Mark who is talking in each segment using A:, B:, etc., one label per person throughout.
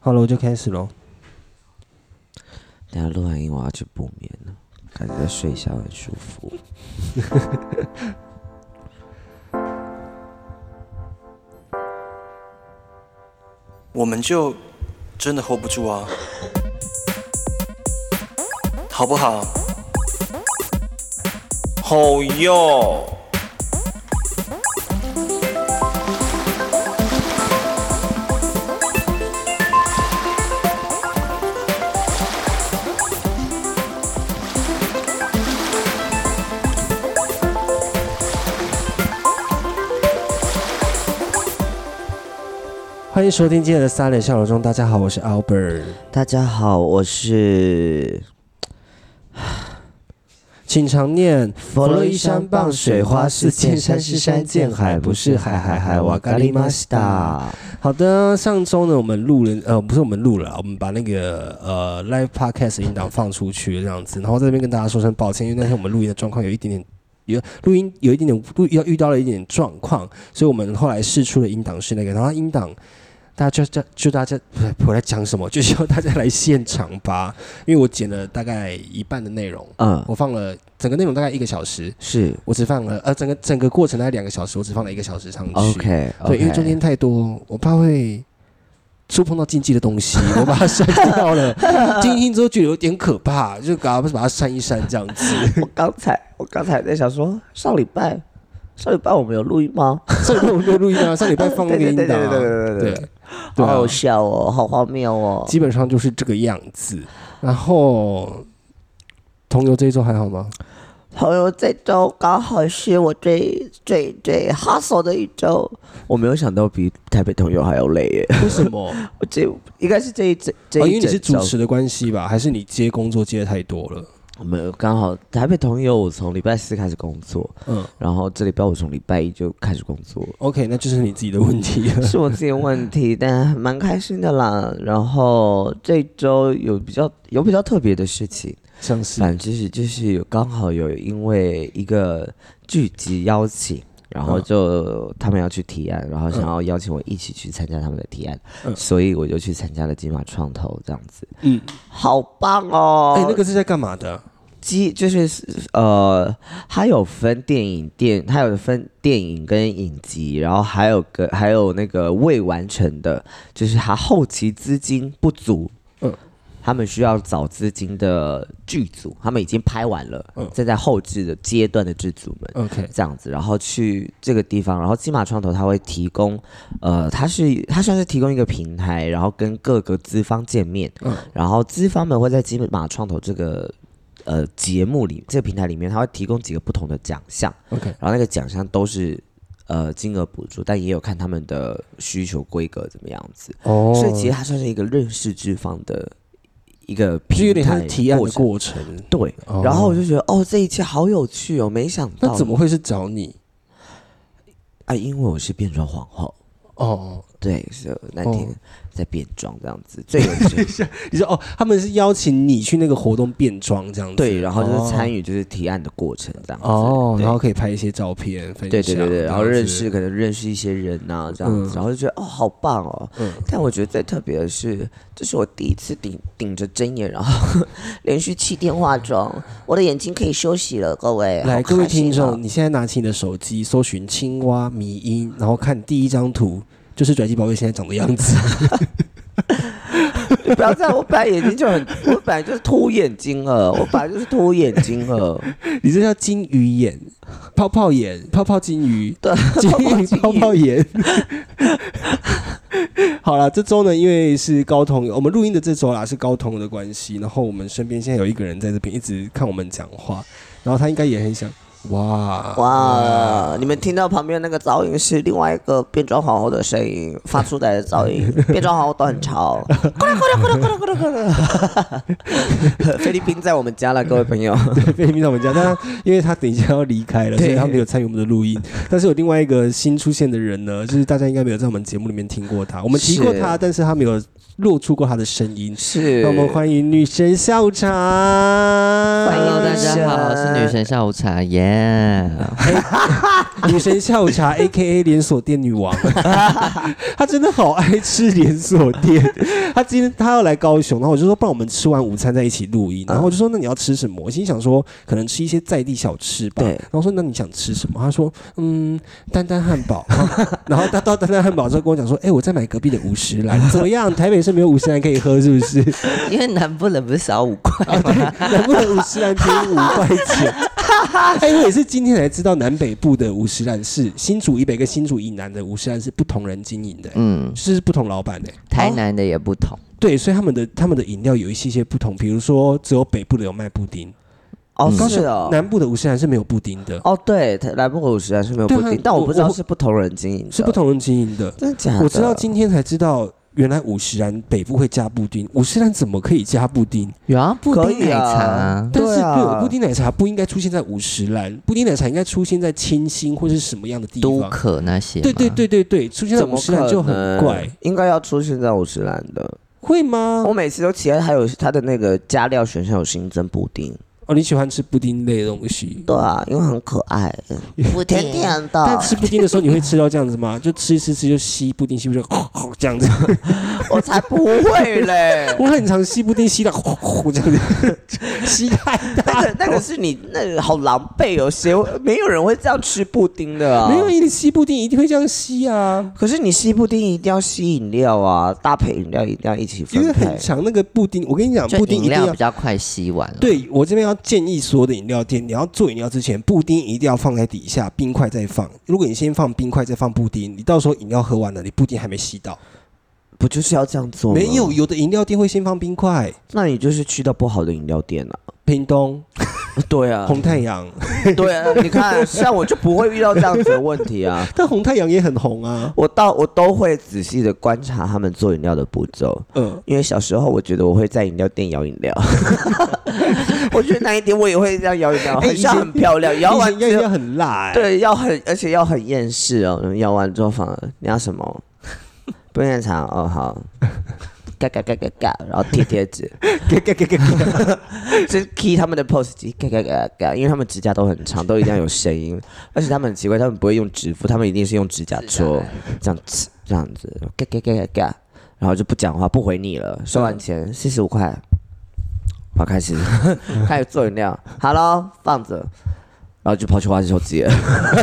A: 好了，我就开始喽。
B: 等一下录完音我要去补眠了，感觉睡一下会很舒服。
C: 我们就真的 hold 不住啊，好不好？好哟。
A: 欢迎收听今天的《三脸笑容中》，大家好，我是 Albert。
B: 大家好，我是
A: 请常念
B: 佛罗伊山傍水花是见山是山见海不是海海海瓦咖喱马西达。
A: 好的，上周呢，我们录了，呃，不是我们录了啊，我们把那个呃 live podcast 音档放出去这样子，然后在这边跟大家说声抱歉，因为那天我们录音的状况有一点点。有录音有一点点录要遇到了一点点状况，所以我们后来试出的音档是那个，然后音档大家就就就大家不是我在讲什么，就希望大家来现场吧，因为我剪了大概一半的内容，
B: 嗯，
A: 我放了整个内容大概一个小时，
B: 是
A: 我只放了呃整个整个过程大概两个小时，我只放了一个小时上去。
B: OK，
A: 对因为中间太多，我怕会触碰到禁忌的东西，我把它删掉了。听一听之后觉得有点可怕，就赶快把它删一删这样子。
B: 我刚才我刚才在想说，上礼拜上礼拜我们有录音吗？
A: 上礼拜我们有录音啊，上礼拜放那个音档啊，
B: 对对对对对对
A: 对
B: 好
A: 对啊
B: 好笑哦，好荒谬哦。
A: 基本上就是这个样子。然后，同游这一周还好吗？
B: 朋友这周刚好是我最最最 hustle 的一周，我没有想到比台北同友还要累耶。
A: 为什么？
B: 我 这应该是这一整这
A: 哦，因为
B: 一
A: 你是
B: 整
A: 主
B: 周，
A: 持的关系吧？还是你接工作接的太多了？
B: 我们刚好台北同友，我从礼拜四开始工作，
A: 嗯
B: 然后这礼拜我从礼拜一就开始工作，
A: ，OK，那就是你自己的问题了。
B: 是我自己的问题，但蛮开心的啦。然后这周有比较有比较特别的事情，
A: 像是
B: 反正就是就是有刚好有因为一个剧集邀请。然后
A: 嗯
B: 就他们要去提案，然后想要邀请我一起去参加他们的提案，
A: 嗯
B: 所以我就去参加了金马创投这样子，
A: 嗯，
B: 好棒哦！
A: 哎、那个是在干嘛的啊？
B: 基就是呃，它有分电影电，它有分电影跟影集，然后还有个还有那个未完成的，就是它后期资金不足，
A: 嗯
B: 他们需要找资金的剧组，他们已经拍完了，
A: 嗯
B: 正在后置的阶段的剧组们。
A: OK，
B: 这样子，然后去这个地方，然后金马创投它会提供，呃，它是它算是提供一个平台，然后跟各个资方见面，
A: 嗯
B: 然后资方们会在金马创投这个呃节目里这个平台里面，它会提供几个不同的奖项，
A: ，OK，
B: 然后那个奖项都是呃金额补助，但也有看他们的需求规格怎么样子，
A: 哦
B: 所以其实它算是一个认识资方的一个
A: 就有
B: 平
A: 点
B: 台
A: 像提案的
B: 程。
A: 过程。
B: 对，
A: 哦
B: 然后我就觉得哦，这一切好有趣哦，没想到
A: 那怎么会是找你？
B: 啊，因为我是变装皇后，
A: 哦，
B: 对，是那
A: 哦
B: 天在变装这样子，最有趣。
A: 你说哦，他们是邀请你去那个活动变装这样子，
B: 对，然后就是参
A: 与
B: 与就是提案的过程这样子。
A: 哦，
B: 对
A: 然后可以拍一些照片分享，
B: 对对对对，然后认
A: 这
B: 识
A: 样子
B: 可能认识一些人呐、这样子，
A: 嗯
B: 然后就觉得哦，好棒哦。
A: 嗯
B: 但我觉得最特别的是，这是我第一次顶顶着针眼，然后 连续七天化妆，我的眼睛可以休息了，各位。
A: 来，
B: 好
A: 各位
B: 开心
A: 听
B: 哦
A: 众，，你现在拿起你的手机，搜寻青蛙迷音，然后看第一张图，就是拽鸡宝贝现在长的样子。
B: 你不要这样，我本来眼睛就很，我本来就是凸眼睛了，我本来就是凸眼睛了。
A: 你这叫金鱼眼、泡泡眼、泡泡金鱼，
B: 对，
A: 金
B: 泡泡
A: 鱼
B: 金
A: 泡泡眼。好啦，这周呢，因为是高同，我们录音的这周啦是高同的关系，然后我们身边现在有一个人在这边一直看我们讲话，然后他应该也很想，哇
B: 哇！你们听到旁边那个噪音是另外一个变装皇后的声音发出来的噪 音，变装皇后都很吵。 菲律宾在我们家了，各位朋友。
A: 对，被命到我们家，但他因为他等一下要离开了，所以
B: 对
A: 他没有参与我们的录音。但是有另外一个新出现的人呢，就是大家应该没有在我们节目里面听过他，我们提过
B: 是
A: 他，但是他没有露出过她的声音。
B: 是
A: 让我们欢迎女神下午茶。
D: Hello，大家好，我是 女神下午茶，耶、
A: 女神下午茶 A K A 连锁店女 王，她真的好爱吃连锁店。她今天她要来高雄，然后我就说，不然我们吃完午餐在一起录
D: 嗯
A: 音。然后我就说，那你要吃什么？我心想说，可能吃一些在地小吃吧。
B: 对
A: 然后说，那你想吃什么？她说，嗯，丹丹汉堡。 然后她到丹丹汉堡之后跟我讲说，哎、我在买隔壁的五十兰，怎么样？台北是没有五十兰可以喝，是不是？
D: 因为南部人不是少五块吗？
A: 能啊不能五十兰便宜五块 钱？哎，我也是今天才知道南北部的五十兰是新竹以北跟新竹以南的五十兰是不同人经营的、
D: 嗯，
A: 是不同老板的、
D: 台南的也不同。
A: 对，所以他们的他们的饮料有一些些不同，比如说只有北部的有卖布丁，
B: 哦
A: 高
B: 是
A: 雄
B: 哦。
A: 南部的五十兰是没有布丁的，
B: 哦，对，他来不我实在是没有
A: 对
B: 固
A: 他
B: 定，但我
A: 我
B: 不知道
A: 我
B: 是不同人经营的，
A: 是不，同人经营的。
B: 真的假的？
A: 我知道今天才知道，原来五十兰北部会加布丁，五十兰怎么可以加布丁？
D: 有啊，布
B: 可
D: 丁
B: 以
D: 奶茶、
B: 啊，
A: 但是
B: 对
A: 对
B: 啊，
A: 布丁奶茶不应该出现在五十兰，布丁奶茶应该出现在清新或是什么样的地
D: 都
A: 方？
D: 可那些。
A: 对对，对对对，出现在
B: 怎
A: 五
B: 么
A: 十兰
B: 可
A: 就很
B: 能
A: 怪，，
B: 应该要出现在五十兰的。
A: 会吗
B: 我？每次都期待还有它的那个加料选项有新增布丁，
A: 哦，你喜欢吃布丁类的东西，
B: 对啊，因为很可爱，
D: 布丁
B: 甜甜
A: 但
B: 的。
A: 吃布丁的时候你会吃到这样子吗？ 就吃一吃吃就吸布丁，吸不就 这样子？
B: 我才不会
A: ！
B: 嘞
A: 我很常吸布丁吸到 这样子，吸太
B: 那
A: 大
B: 个。那个是你那个好狼狈哦，谁会没有人会这样吃布丁的啊？
A: 没有，你吸布丁一定会这样吸啊，
B: 可是你吸布丁一定要吸饮料啊，搭配饮料一定要一起
A: 因为
B: 分
A: 很
B: 配。
A: 强那个布丁。我跟你讲，
D: 就
A: 布丁
D: 饮
A: 一定
D: 料
A: 要
D: 比。较快吸完了。，
A: 对我这边要建议所有的饮料店，你要做饮料之前，布丁一定要放在底下，冰块再放。如果你先放冰块再放布丁，你到时候饮料喝完了，你布丁还没吸到。
B: 不就是要这样做吗
A: 没有，，有的饮料店会先放冰块。
B: 那你就是去到不好的饮料店 啊。
A: 屏东
B: 对啊，
A: 红太 阳，
B: 对啊，你看，像我就不会遇到这样子的问题啊。
A: 但红太阳也很红啊。
B: 我到我都会仔细的观察他们做饮料的步骤，
A: 嗯，
B: 因为小时候我觉得我会在饮料店摇饮料， 我觉得那一天我也会这样摇饮料，
A: 哎
B: 很像
A: 以前
B: 很漂亮，摇
A: 以
B: 完
A: 前
B: 之
A: 要
B: 后
A: 要很辣、欸，，
B: 对要很而且要很厌世哦，摇完之后反而你要什么？不用茶哦，好。 嘎嘎嘎嘎嘎，然后贴贴纸，
A: 给给给给给，
B: 就是 key 他们的 pose 机，嘎嘎嘎嘎，因为他们指甲都很长，都一定要有声音， 而且他们很奇怪，他们不会用指腹，他们一定是用指甲戳，这样子这样子，嘎嘎嘎嘎嘎，然后就不讲话，不回你了，收完钱四十五块，我要开始开始做饮料，好喽，放着。然后就跑去玩手机了，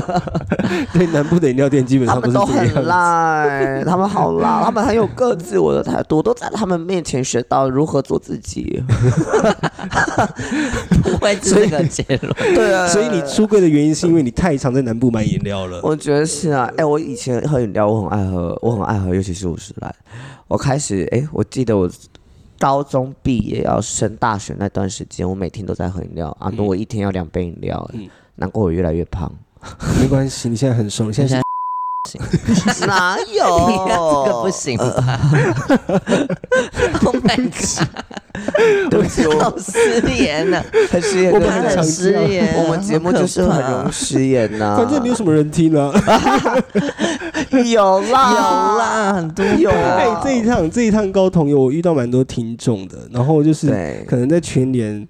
A: 对，南部的饮料店基本
B: 他
A: 上
B: 们
A: 是
B: 都
A: 这个样
B: 很
A: 子。
B: 烂，他们好烂，他们很有各自我的态度，我都在他们面前学到如何做自己。
D: 不会是这个结论。
B: 对啊，
A: 所以你出柜的原因是因为你太常在南部买饮料了。
B: 我觉得是啊，哎、我以前喝饮料，我很爱喝，我很爱喝，尤其是五十岚。我开始，哎、我记得我高中毕业要升大学那段时间，我每天都在喝饮料啊，那我一天要两杯饮料、哎
A: 嗯
B: 难怪我越来越胖。
A: 没关系，你现在很瘦，你现
D: 现
A: 在
D: 在
A: 是
B: 哪 有？
D: 你看这个不行吧 ？Oh my god！
B: 对不起，我
D: 好失 言呢，
B: 很失言。
A: 我
B: 对
A: 们很
B: 不起
A: 常
D: 很失
A: 见
D: 言。
B: 我们 节目就是很容易失言呐、
A: 反正没有什么人听了、
B: 有啦
D: 有啦，很多
B: 有
D: 吧
A: 哎、
B: 啊
A: 这一趟这一趟高同游，我遇到蛮多听众的，然后就是
B: 对，
A: 可能在全联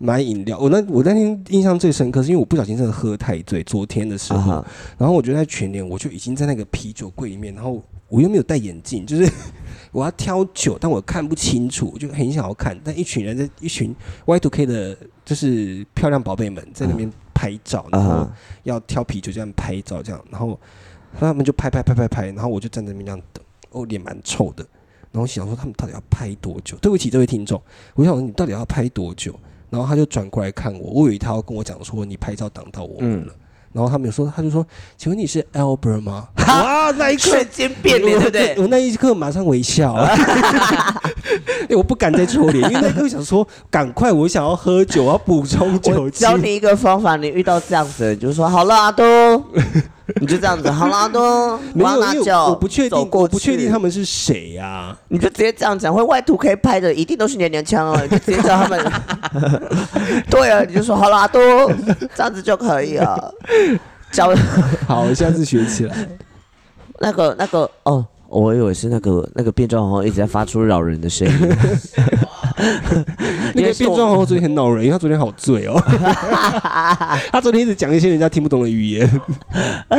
A: 买饮料，我那我那天印象最深刻是因为我不小心真的喝太醉，昨天的时
B: 啊
A: 候，
B: 哈
A: 然后我就在全联，我就已经在那个啤酒柜里面，然后我又没有戴眼镜，就是 我要挑酒，但我看不清楚，我就很想要看，但一群人在一群 Y Two K 的，就是漂亮宝贝们在那边拍照，
B: 啊
A: 然后
B: 哈，
A: 要挑啤酒这样拍照这样，然后他们就拍拍拍拍拍，然后我就站在那边这样等，哦，脸蛮臭的，然后我想说他们到底要拍多久？对不起，这位听众，我想说你到底要拍多久？然后他就转过来看我，我以为他要跟我讲说你拍照挡到我们了。然后他们有说，他就说：“请问你是 Albert 吗？”哇，那一刻
B: 瞬间变脸，对不对？
A: 我那一刻马上微笑、啊，哎，我不敢再臭脸，因为那一刻想说，赶快，我想要喝酒，我要补充酒
B: 我
A: 精。
B: 教你一个方法，你遇到这样子的，你就说好了阿都， 你就这样子，好了阿都，
A: 没
B: 我要
A: 有，
B: 拿
A: 因为
B: 酒，
A: 我不确
B: 走
A: 定，
B: 过
A: 我
B: 去
A: 不确定他，们是谁呀、 啊。
B: 你就直接这样讲，会外图可以拍的，一定都是娘娘腔 哦，你就直接叫他们，对啊，你就说好了阿都，这样子就可以了。教
A: 好，我下次学起来。
B: 那个那个哦，我以为是那个那个变装皇后一直在发出扰人的声音，
A: 那
B: 因
A: 个
B: 为是
A: 变
B: 我
A: 装皇后昨天很恼人，因为她昨天好醉 哦，她昨天一直讲一些人家听不懂的语言。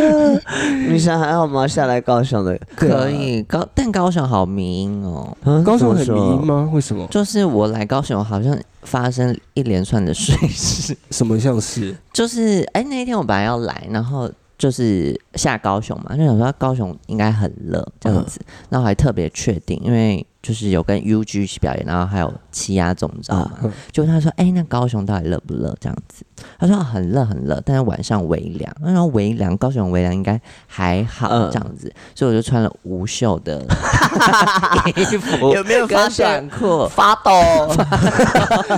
B: 女生还好吗？下来高雄的，啊
D: 可以高，但高雄好迷因哦。
B: 嗯
A: 高雄很
B: 怎
A: 迷
B: 么说
A: 因吗？为什么？啊
D: 就是我来高雄，好像发生一连串的碎事。
A: 什么像是？
D: 就是哎、那一天我本来要来，然后就是下高雄嘛，就想说高雄应该很热这样子，然后还特别确定，因为就是有跟 UG 一起表演，然后还有气压总招嘛，
A: 嗯
D: 就问他说，哎、那高雄到底热不热这样子？他说、啊很热很热，但是晚上微凉，然后微凉，高雄微凉应该还好
B: 嗯
D: 这样子，所以我就穿了无袖的 衣 服，
B: 有没有发
D: 跟
B: 现
D: 短裤。
B: 发抖？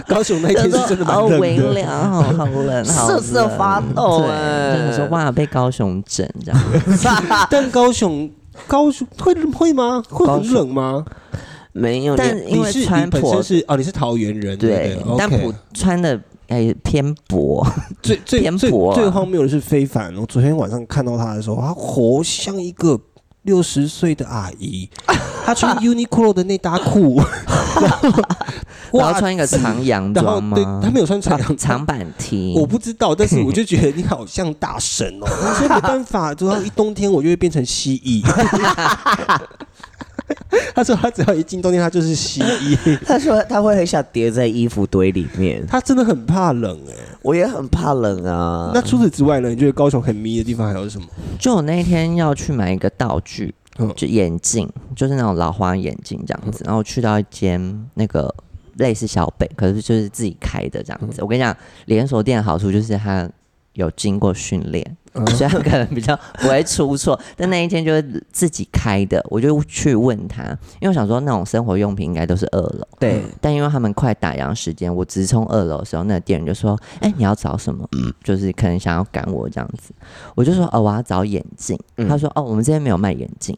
A: 高啊雄那一天是哎真的蛮
D: 哦
A: 冷
D: 微
A: 的。
D: 凉，好好冷，好
B: 瑟瑟
D: 冷
B: 发抖
D: 对
B: 哎
D: 真的说哇，被高雄整这样。
A: 但高雄，高雄会会吗？会
B: 高
A: 很
B: 雄
A: 冷吗？
B: 没有，
D: 但
B: 你
D: 因
A: 你
D: 为
A: 是
D: 穿
A: 你本
D: 破
A: 身是哦，你是桃园人
D: 对
A: 不，
D: 但
A: OK
D: 普穿的哎偏薄，
A: 最最
D: 偏
A: 最
D: 颇啊
A: 最荒谬的是非凡，我昨天晚上看到他的时候，他活像一个。六十岁的阿 姨，她穿 Uniqlo 的内搭裤，
D: 然后
A: 哇
D: 穿一个长洋
A: 然后
D: 装
A: 对，
D: 吗
A: 她？没有穿长洋
D: 长版 T，
A: 我不知道，但是我就觉得你好像大神 哦。我说没办法，只要一冬天我就会变成蜥蜴。 他说他只要一进冬天，他就是蜥蜴。
B: 他说他会很想叠在衣服堆里面，
A: 他真的很怕冷哎、
B: 我也很怕冷
D: 嗯
B: 啊。
A: 那除此之外呢？你觉得高雄很迷的地方还有什么？
D: 就我那一天要去买一个道具
A: 嗯，
D: 就眼镜，就是那种老花眼镜这
B: 嗯
D: 样子。然后去到一间那个类似小北，可是就是自己开的这样
B: 嗯
D: 子。我跟你讲，连锁店的好处就是它有经过训练，
B: 嗯
D: 所以它可能比较不会出错。但那一天就是自己开的，我就去问他，因为我想说那种生活用品应该都是二楼。
B: 对，
D: 但因为他们快打烊时间，我直冲二楼的时候，那个店员就说：“哎、你要找什么？”就是可能想要赶我这样子，我就说：“哦，我要找眼镜。
B: 嗯
D: 他说：“哦，我们这边没有卖眼镜。”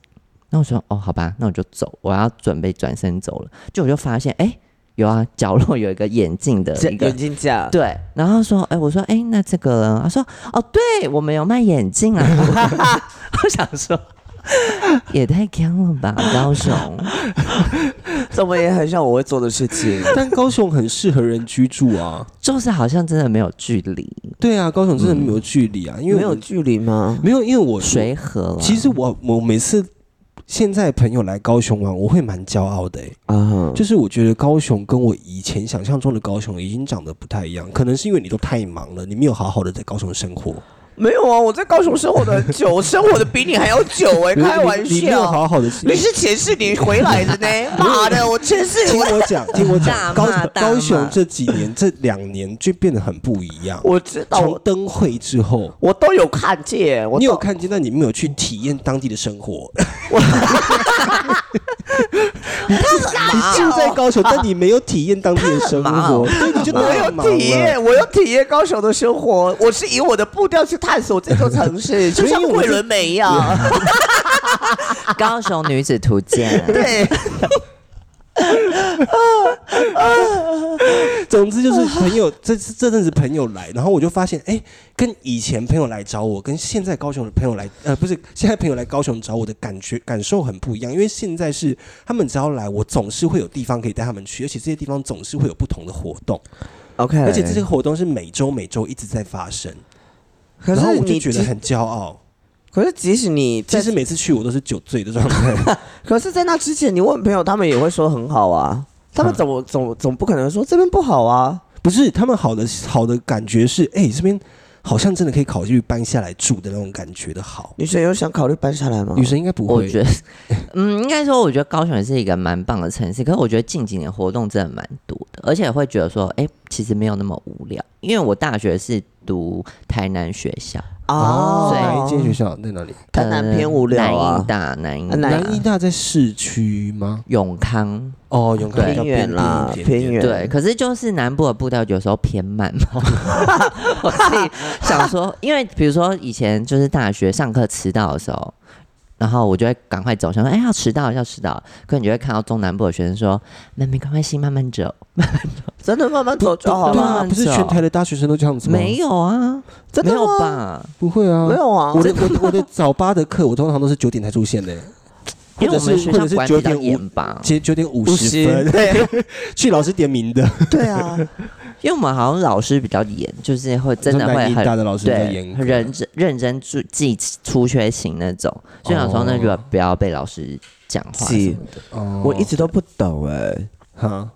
D: 那我说：“哦，好吧，那我就走，我要准备转身走了。”就我就发现，哎、有啊，角落有一个眼镜的
B: 这
D: 一个
B: 呃
D: 哦
B: 眼。镜架，
D: 对，然后说，哎、我说，哎、那这个呢？他说，哦，对，我们有卖眼镜啊。我想说， 也太强了吧，高雄。
B: 怎么也很像我会做的事情。
A: 但高雄很适合人居住啊。
D: 就是好像真的没有距离，
A: 对啊，高雄真的没有距离啊，因为
B: 没
A: 我
B: 有啊距离吗？
A: 没有，因为我
D: 水河啦。
A: 其实我我每次现在朋友来高雄玩，我会蛮骄傲的、欸。
B: 啊，
A: 就是我觉得高雄跟我以前想象中的高雄已经长得不太一样，可能是因为你都太忙了，你没有好好的在高雄生活。
B: 没有啊，我在高雄生活的很久， 我生活的比你还要久哎、
A: 你
B: 开玩
A: 你你没有
B: 笑。
A: 好好的。
B: 你是前世你回来的 呢？妈的，我前世
A: 听
B: 我
A: 我讲，听我讲，
D: 大骂
A: 高
D: 大骂
A: 高雄这几年这两年就变得很不一样。
B: 我知道，
A: 从
B: 我
A: 灯会之后，
B: 我都有看见，我
A: 你有
B: 都
A: 看见，但你没有去体验当地的生活。 你住在
B: 哦
A: 高雄，但你没有体验当地的生活，对，你就
B: 我
A: 太
B: 有
A: 忙了
B: 体验，我有体验高雄的生活，我是以我的步调去探索这座城 市，就像
A: 所以我
B: 桂
A: 是
B: 纶镁一样。，
D: 高雄女子图鉴
B: 对，
A: 总之就是朋友，这这这阵子朋友来，然后我就发现，哎、跟以前朋友来找我，跟现在高雄的朋友来，呃，不是现在朋友来高雄找我的感觉感受很不一样，因为现在是他们只要来，我总是会有地方可以带他们去，而且这些地方总是会有不同的活动，
B: ，OK，
A: 而且这些活动是每周每周一直在发生，
B: 可
A: 然后
B: 是
A: 我就
B: 你
A: 觉
B: 即
A: 得很骄傲。
B: 可是即使你
A: 其
B: 在
A: 实每次去我都是酒醉的状 态，
B: 可是，在那之前，你问朋友，他们也会说很好啊。他们
A: 嗯
B: 怎么总总不可能说这边不好啊？
A: 不是他们好的好的感觉是，哎、这边好像真的可以考虑搬下来住的那种感觉的好。
B: 女生有想考虑搬下来吗？
A: 女生应该不会，
D: 嗯我觉得， 嗯，应该说，我觉得高雄也是一个蛮棒的城市。可是我觉得近几年活动真的蛮多的，而且会觉得说，哎、其实没有那么无聊。因为我大学是读台南学校，
B: 啊，
D: 对
A: 哪一间学校在哪里？
B: 台南偏无聊
D: 呃南
B: 啊
D: 医。大、南医
B: 啊南
D: 大、
A: 南医大在市区吗？
D: 永康，
A: 哦，永康比较
B: 偏远啦
A: 边地一点
B: 偏远
D: 对，可是就是南部的步调有时候偏慢 嘛。我自己想说，因为比如说以前就是大学上课迟到的时候，然后我就会赶快走，想说哎、要迟到要迟到，可你就会看到中南部的学生说，那没关系，慢慢走，
B: 真的慢慢走就好
A: 对
B: 了。
A: 啊，不是全台的大学生都这样子吗？
D: 没有啊，
B: 真
D: 没
B: 的
D: 有
B: 吗？
D: 吧？
A: 不会啊，
B: 没有啊
D: 哦
A: 我。的我的我的早八的课，我通常都是九点才出现的。或
D: 因为
A: 者
D: 我们
A: 是
D: 学
A: 或
D: 校
A: 者是
D: 管
A: 九
D: 比较
A: 点五，
D: 严吧？
A: 其实九点五十
B: 50
A: 分，
B: 对，
A: 去老师点名的，
D: 对啊，因为我们好像老师比较严，就是会真的
A: 说
D: 会
A: 南医
D: 很
A: 大的老师比较
D: 对
A: 严格
D: 很认真认真注记出缺勤那种，所以想说那就不要被老师讲话什
B: 记
D: 么的。
A: 哦
B: 我一直都不懂哎、
A: 哈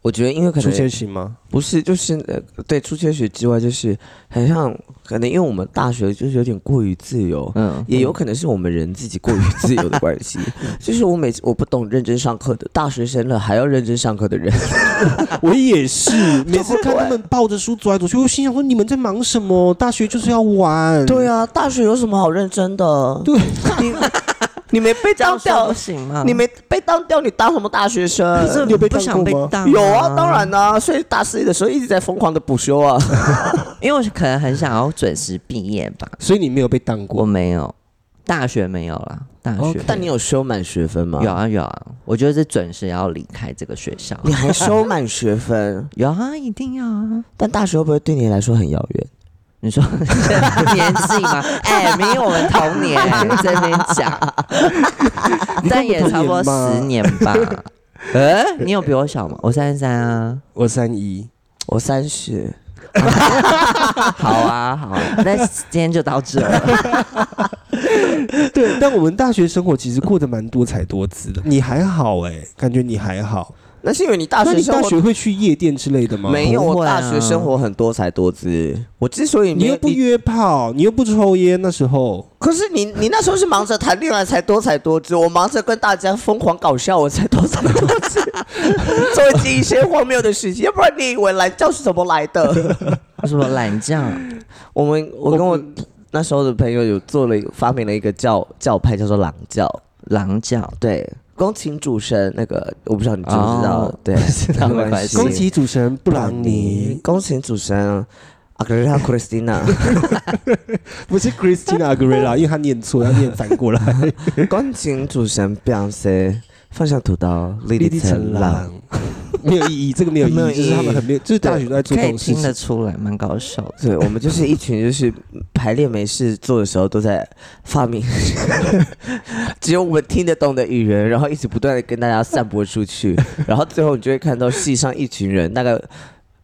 B: 我觉得因为可
A: 出缺
B: 能
A: 勤吗？
B: 不是就是呃对出缺学之外，就是很像可能因为我们大学就是有点过于自由。
D: 嗯，
B: 也有可能是我们人自己过于自由的关 系，就是我每次我不懂认真上课的大学生了，还要认真上课的 人，
A: 我也 是，每次看他们抱着书走来走去，我心想说你们在忙什么？大学就是要玩。
B: 对啊，大学有什么好认真的？
A: 对，
B: 你你没被当
D: 教授
B: 掉
D: 不，行吗？呃
B: 你没被当掉，你当什么大学 生？
A: 是你有
D: 你
A: 被
D: 不
A: 当
D: 想被
A: 过吗？
D: 当？
B: 有啊，当，然啦、所以大四的时候一直在疯狂的补修啊。
D: 因为我可能很想要准时毕业吧。
A: 所以你没有被当
D: 我
A: 过。
D: 没有，大学没有啦，大学
A: OK
B: 哦但你有修满学分吗？
D: 有，啊有啊，我就是准时要离开这个学校。，
B: 你还修满学分
D: 有啊，一定要啊！
B: 但大学会不会对你来说很遥远？
D: 你说 年纪吗？哎、没有我们同年，在那边讲，但也差不多十年吧。呃、你有比我小吗？我三十三啊。
A: 我三一，
B: 我三十，
D: 好啊，好啊，那今天就到这了。
A: 对，但我们大学生活其实过得蛮多彩多姿的。你还好哎、感觉你还好。
B: 那是因为你大
A: 那
B: 学
A: 你
B: 生
A: 大
B: 活
A: 学会去夜店之类的吗？
B: 没有，
D: 不
B: 我
D: 会啊
B: 大学生活很多才多姿。我之所以
A: 你
B: 没有
A: 又不约炮，你又不抽烟，那时候
B: 可是你你那时候是忙着谈恋爱才多才多姿，我忙着跟大家疯狂搞笑，我才多才多 姿，做一些一些荒谬的事情，要不然你以为懒觉是怎么来的？
D: 什么懒觉？
B: 我们我跟我那时候的朋友有做了一个发明了一个教教派，叫做狼教，
D: 狼觉？
B: 对，宫崎主神那个我不知道你知不知道，
D: 哦
B: 对，
D: 没关系
A: 恭喜主持人布朗尼，
B: 宫崎主神啊。阿格丽塔·克里斯蒂 娜，
A: 不是 Christina Aguilera，因为他念错，他念反过 来。
B: 宫崎主神 Beyonce，放下屠刀，立
A: 立
B: 地成狼。，
A: 没有意义，这个没有意
B: 没有
A: 义，就是他们很没有，就是大学都在做
D: 可
A: 这
D: 以
A: 种事
D: 听
A: 情
D: 得。出来，蛮搞笑的。
B: 对，我们就是一群，就是 排练没事做的时候都在发明 只有我们听得懂的语言，然后一直不断的跟大家散播出去， 然后最后你就会看到系上一群人，大概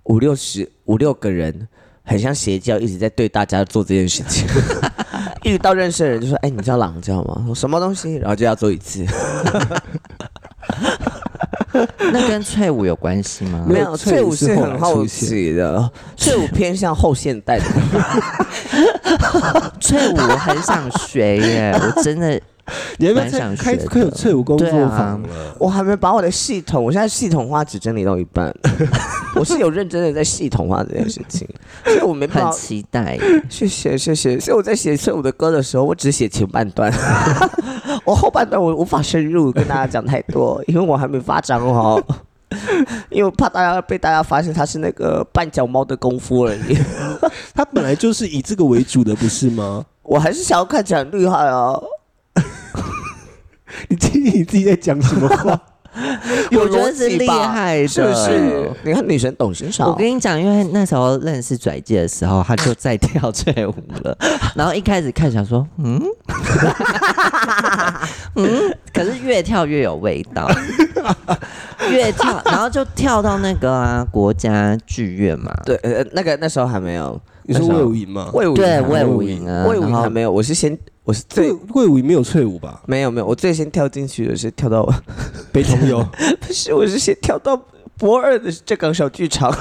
B: 五六十五六个人，很像邪教，一直在对大家做这件事情。 遇到认识的人就说：“哎，你知道狼教吗？我什么东西？”然后就要做一次。
D: 那跟翠舞有关系吗？
B: 没有，
A: 翠
B: 翠
A: 舞
B: 舞
A: 是
B: 是
A: 后来
B: 很好
A: 出现
B: 奇的，翠舞偏向后现代的。
D: 翠舞我很想学 耶，我真的
A: 你要不要
D: 蛮
A: 再
D: 想
A: 开
D: 学
A: 开有
D: 的
A: 翠舞工作
D: 对啊
A: 坊了？
B: 我还没把我的系统，我现在系统化只整理到一半，我是有认真的在系统化这件事情，所以我没办
D: 很
B: 法。
D: 期待。
B: 谢谢谢谢，所以我在写翠舞的歌的时候，我只写前半段，我后半段我无法深入跟大家讲太多，因为我还没发展好，因为我怕大家被大家发现他是那个半脚猫的功夫而已。
A: 他本来就是以这个为主的，不是吗？
B: 我还是想要看起来很厉害啊！
A: 你听你自己在讲什么话？
B: 有
D: 我觉
B: 逻
D: 得是
B: 辑
D: 厉
B: 吧
D: 害的，
B: 是不是？你看女神懂欣赏，
D: 我跟你讲，因为那时候认识拽姐的时候，她就在跳退舞 了。然后一开始看想说，嗯， 嗯，可是越跳越有味 道，越跳，然后就跳到那个啊国家剧院嘛，
B: 对呃呃那个那时候还没有，
A: 你说魏武营吗？
B: 魏武
D: 对，
B: 还没
D: 魏
A: 有
D: 武
A: 舞
D: 营
A: 影
D: 啊，
B: 魏武
D: 然后
B: 还没有，我是先我是
A: 这
B: 最
A: 个魏武营没有翠舞吧？
B: 没有没有，我最先跳进去的是跳到
A: 北同游
B: 不是我是先跳到博二的这港小剧场。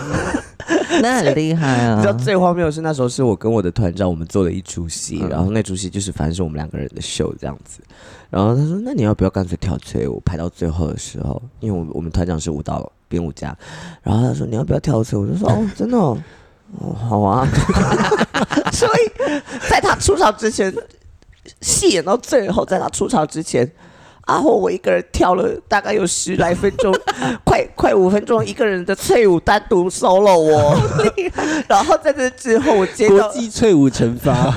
D: 那很厉害
B: 你知道
D: 啊。
B: 最荒谬的是那时候是我跟我的团长我们做了一出戏，
D: 嗯
B: 然后那出戏就是反正是我们两个人的秀这样子。然后他说：“那你要不要干脆跳催舞？排到最后的时候，因为我我们团长是舞蹈编舞家，然后他说你要不要跳催舞？我就说哦，真的哦，哦好啊。 所以在他出场之前，戏演到最后，在他出场之前，阿后我一个人跳了大概有十来分钟， 快快五分钟一个人的脆舞单独 solo 我。 然后在这之后，我接
A: 国
B: 到
A: 际翠舞惩 罚，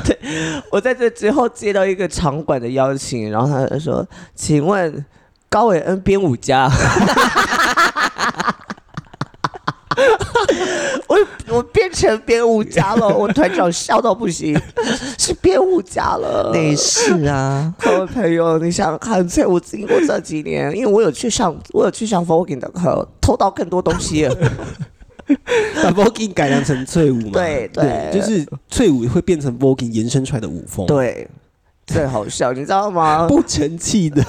B: 我在这之后接到一个场馆的邀请，然后他就说：“请问高伟恩编舞家？” 我我变成编舞家了，我团长笑到不行，是编舞家了。
D: 那是 啊，
B: 各位朋友，你想看在我经过这几年，因为我有去上，我有去上 voguing 的课，偷到更多东西。
A: 把 voguing 改良成翠舞嘛？
B: 对
A: 对，
B: 对
A: 就是翠舞会变成 voguing 延伸出来的舞风。，
B: 对，最好笑，你知道吗？
A: 不成器 的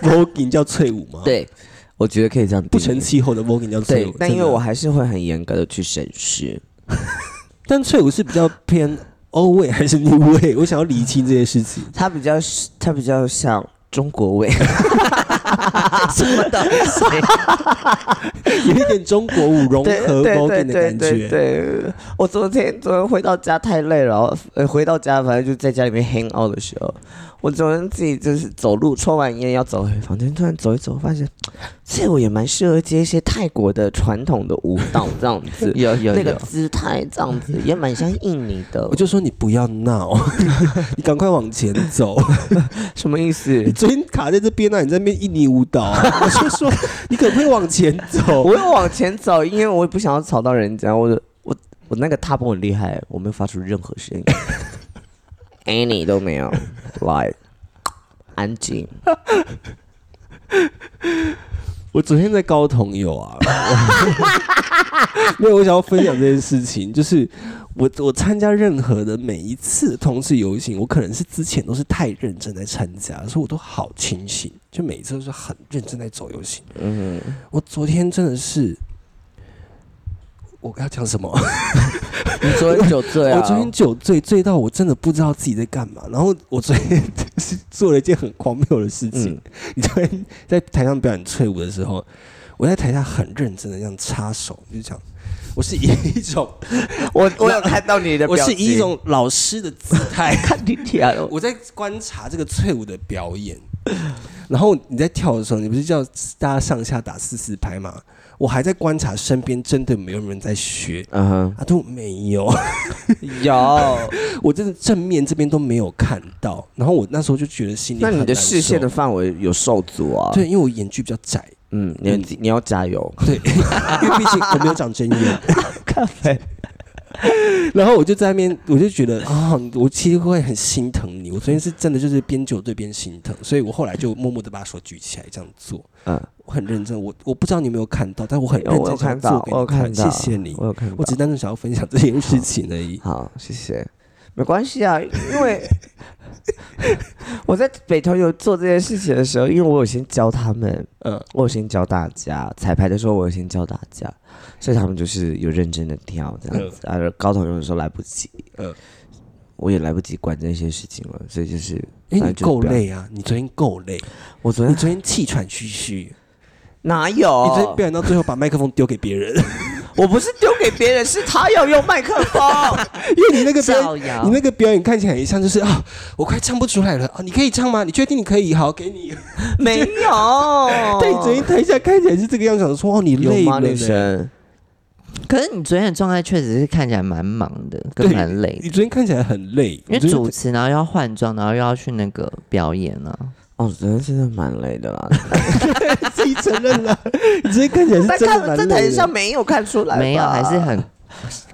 A: voguing 叫翠舞吗？，
B: 对，我觉得可以这样定义
A: 不成气候的 voguing 叫翠
B: 对
A: 舞。，
B: 但因为
A: 真的
B: 我还是会很严格的去审视。
A: 但翠舞是比较偏欧味还是女味？我想要理清这些事情。
B: 它比较是，它比较像中国味，
D: 什么东 西？，
A: 有一点中国舞融
B: 对
A: 合
B: 对
A: voguing
B: 对
A: 的
B: 对
A: 感
B: 对
A: 觉。
B: 对。我昨天昨天回到家太累了，然后呃回到家反正就在家里面 hang out 的时候，我昨天自己就是走路抽完烟要走回房间，突然走一走发现，这我也蛮适合接一些泰国的传统的舞蹈这样子
D: 有有
B: 那个
D: 有，
B: 姿态这样子也蛮像印尼的
A: 我。就说你不要闹， 你赶快往前走。
B: 什么意思
A: 你？昨天卡在这边呢、啊，你在那边印尼舞蹈、啊，我就说你可不可以往前走？
B: 我又往前走，因为我也不想要吵到人家。我的我我那个踏步很厉害，我没有发出任何声 音，any 都没有，来安静。
A: 我昨天在高同有啊， 没有，我想要分享这件事情，就是我我参加任何的每一次同志游行，我可能是之前都是太认真在参加，所以我都好清醒，就每一次都是很认真在走游行。
B: 嗯，
A: 我昨天真的是，我要讲什么？
B: 你昨天酒醉啊？
A: 我昨天酒醉，醉到我真的不知道自己在干嘛。然后我昨天 是做了一件很荒谬的事情。
B: 嗯，
A: 你昨天在台上表演翠舞的时候，我在台下很认真的这样插手，就是这样。我是以一种，
B: 我我有看到你的
A: 我
B: 表
A: 是以一
B: 情，，
A: 种老师的姿态
B: 看你哦跳了，
A: 我在观察这个翠舞的表演。然后你在跳的时候，你不是叫大家上下打四四拍吗？我还在观察身边真的有没有人在学，
B: 嗯哼，
A: 啊，都没有。
B: 有。
A: 我真的正面这边都没有看到，然后我那时候就觉得心里
B: 那你
A: 很
B: 的
A: 难
B: 视线
A: 受
B: 的范围有受阻啊？
A: 对，，因为我眼距比较窄，
B: 嗯，你要自己你要加油。
A: 对， 因为毕竟我没有长真 眼，
B: 咖啡，
A: 然后我就在那边，我就觉得啊，我其实会很心疼你。我昨天是真的就是边酒醉边心疼，所以我后来就默默的把手举起来这样做，
B: 嗯，
A: 我很认真，我我不知道你有没有看到，但我很认
B: 我有
A: 真想
B: 看
A: 做
B: 到，
A: 给
B: 哎我有
A: 你
B: 看
A: 看，
B: 到，
A: 谢谢你
B: 我，有看到，
A: 我只单纯想要分享这件事情而已。
B: 好，谢谢，没关系啊，因为 我在北投有做这件事情的时候，因为我有先教他们，
A: 嗯，
B: 我有先教大家彩排的时候，我有先教大家，所以他们就是有认真的跳这样子，啊，高头有的时候来不及，
A: 嗯
B: 我也来不及管这些事情了，所以就是
A: 因为
B: 反
A: 哎你
B: 正就
A: 够
B: 不要
A: 累啊，你昨天够累，
B: 我昨
A: 你
B: 天哦
A: 昨天气喘吁吁，
B: 哪
A: 你昨天
B: 有
A: 表？演到最后把麦克风丢给别人。
B: 我不是丢给别人，是他要用麦克 风。
A: 因为你那个表
D: 造
A: 演，
D: 谣
A: 你那个表演看起来很像就是啊，我快唱不出来了啊！你可以唱吗？你确定你可以？好，给你。
B: 哦没有，
A: 但你昨天台下看起来是这个样子，想说哦，你
B: 有
A: 累
B: 吗，
A: 了
B: 女
A: 呢。
B: 神？
D: 可是你昨天的状态确实是看起来蛮忙的，跟
A: 对
D: 蛮累的
A: 你昨天看起来很累，
D: 因为
A: 你昨
D: 主
A: 天
D: 持，然后又要换装，然后又要去那个表演啊。
B: 哦，昨天真的蛮累的啦，
A: 自己承认了，你昨天看起来是
B: 但
A: 真的
B: 看
A: 蛮
B: 在
A: 累
B: 台上
A: 的。
B: 没有看出来吧，
D: 没有，还是很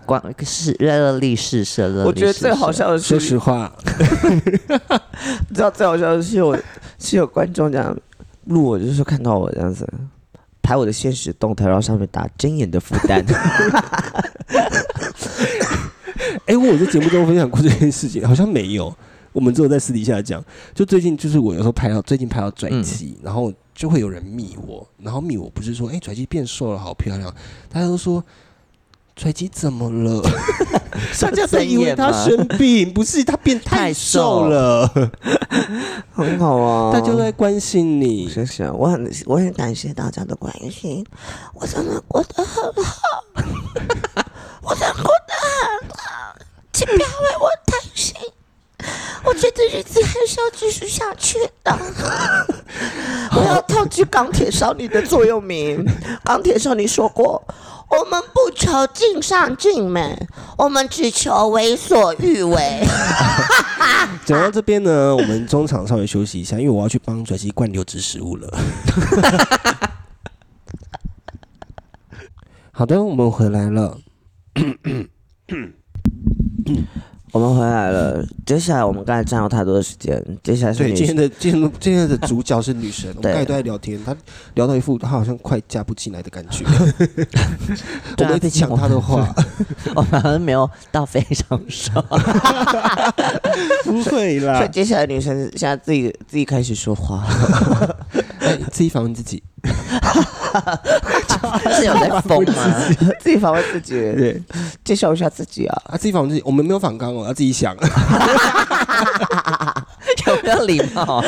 D: 光是热力试射。热
B: 我
D: 力
B: 觉得
D: 试
B: 最好
D: 射
B: 笑的是
A: 说，实话，
B: 你知道最好笑的是有 是有观众这样录我，就是看到我这样子拍我的现实动态，然后上面打“睁眼的负 担
A: 哎，我有在节目中分享过这件事情，好像没有。我们只有在私底下讲，就最近就是我有时候拍到最近拍到拽鸡，
B: 嗯
A: 然后就会有人密我，然后密我不是说哎拽鸡变瘦了好漂亮，大家都说拽鸡怎么了？”，大家都以为他生病，不是他变太瘦了，
B: 很好 啊，
A: 大家都在关心你。
B: 谢谢，我很我很感谢大家的关心，我真的过得很好，我真的过得很好，请不要为我担心，我觉得日子还是要继续下去的。我要套句钢铁少女的座右铭，钢铁少女说过。我们不求尽善尽美，我们只求为所欲 为。
A: 讲到这边呢， 我们中场稍微休息一下，因为我要去帮拽鸡灌流质食物了。 好的，我们回来了。
B: 我们回来了，接下来我们刚才占用太多的时间，接下来是
A: 对，
B: 女
A: 今天
B: 生。
A: 的今天的今天的主角是女神，我们
B: 对
A: 刚才都在聊天，她聊到一副她好像快嫁不进来的感觉，我
D: 对
A: 们
D: 啊
A: 一直
D: 毕竟
A: 抢她的 话，
D: 我好像没有到非 常熟。
A: 不会
B: 所以
A: 啦，
B: 接下来女生现在自己自己开始说话，
A: 哎自己访问自己，
D: 是有在疯吗？
B: 自己访问自己，
A: 对，
B: 介绍一下自己啊。
A: 啊，自己访问自己，我们没有访纲哦，要自己想，
D: 有没有礼貌？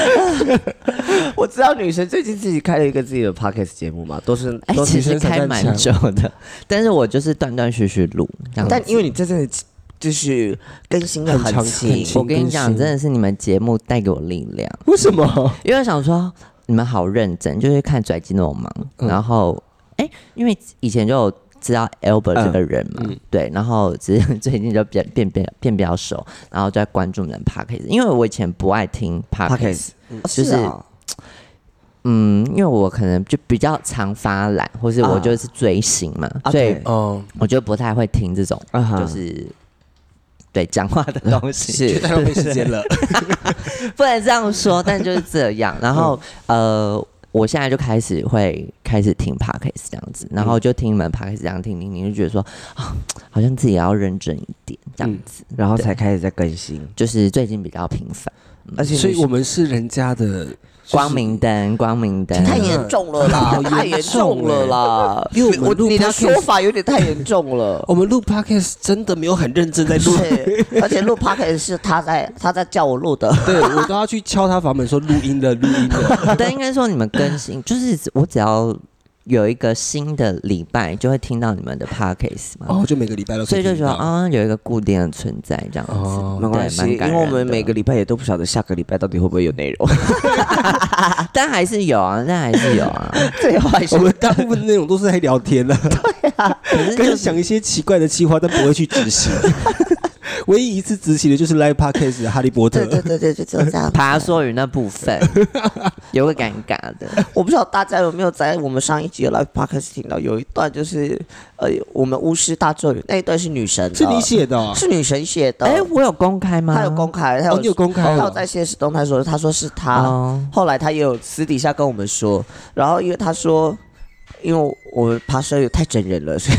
B: 我知道女生最近自己开了一个自己的 podcast 节目嘛，都是
D: 哎、
A: 都
D: 其
A: 女
D: 实
A: 生才
D: 开
A: 在
D: 蛮
A: 抢
D: 久的，但是我就是断断续续录。这样子
B: 但因为你这阵子就是更新的
A: 很长
B: 勤
A: 很，勤
D: 我跟你讲，
A: 更新
D: 真的是你们节目带给我力量，
A: 为什么？
D: 因为我想说你们好认真，就是看拽机那么忙，
A: 嗯
D: 然后哎、因为以前就有知道 Albert 这个人嘛，
A: 嗯
D: 对，然后只是最近就变 变变变比较熟，然后就在关注你们 Podcast，因为我以前不爱听 Podcast，
B: podcast
D: 就是
B: 是啊
D: 嗯，因为我可能就比较常发懒，或是我
B: 啊
D: 就是追星嘛，
B: OK
D: 所以
A: 嗯，
D: 我就不太会听这种
B: 啊哈
D: 就是对讲话的东 西，
A: 就太浪费时间了，
D: 不能这样说，但就是这样。然后、呃，我现在就开始会开始听 podcast 这样子，然后就听你们 podcast 这样听听听，就觉得说啊，好像自己也要认真一点这样子，
B: 然后才开始在更新，
D: 就是最近比较频繁。
B: 而且
A: 所以
B: 女生
A: 我们是人家的
D: 光明灯，光明灯，
B: 太严重了啦， 太严重了啦，
A: 因为我
B: 我
A: 们录
B: 你的
A: podcast-
B: 说法有点太严重 了。
A: 我们录 podcast 真的没有很认真在录，
B: 是，而且录 p o d c a s 是他在他在叫我录的，
A: 对我都要去敲他房门说录音了，录音 了。
D: 但应该说你们更新，就是我只要有一个新的礼拜，就会听到你们的 podcast 嘛。
A: 哦，我就每个礼拜都可
D: 所以就
A: 听
D: 觉得
A: 到，
D: 啊、有一个固定的存在这样子，
A: 哦
D: 对
B: 没关系，
D: 蛮
B: 因
D: 感
B: 为我
D: 人
B: 们
D: 的
B: 每个礼拜也都不晓得下个礼拜到底会不会有内容。
D: 但还是有啊，但还是有啊。
B: 最坏是
A: 我们大部分内容都是在聊天了，
D: 可是
A: 跟
D: 就
A: 着
D: 是
A: 想一些奇怪的计划，但不会去执行。唯一一次执行的就是 live podcast《哈利波特
B: 对》对对对，就只有这样。
D: 爬梭鱼那部 分有个尴尬 的，
B: 我不知道大家有没有在我们上一集的 live podcast 听到有一段，就是呃，我们巫师大咒语那一段是女神的，
A: 是你写的哦，
B: 是女神写的，
D: 哎、我有公开吗？
B: 她有公开，她
A: 哦，你有
B: 有
A: 公开
B: 她有
A: 哦，
B: 在现实动态说，她说是她，
D: 哦，
B: 后来他也有私底下跟我们说，然后因为他说，因为我们爬山也太整人了，所以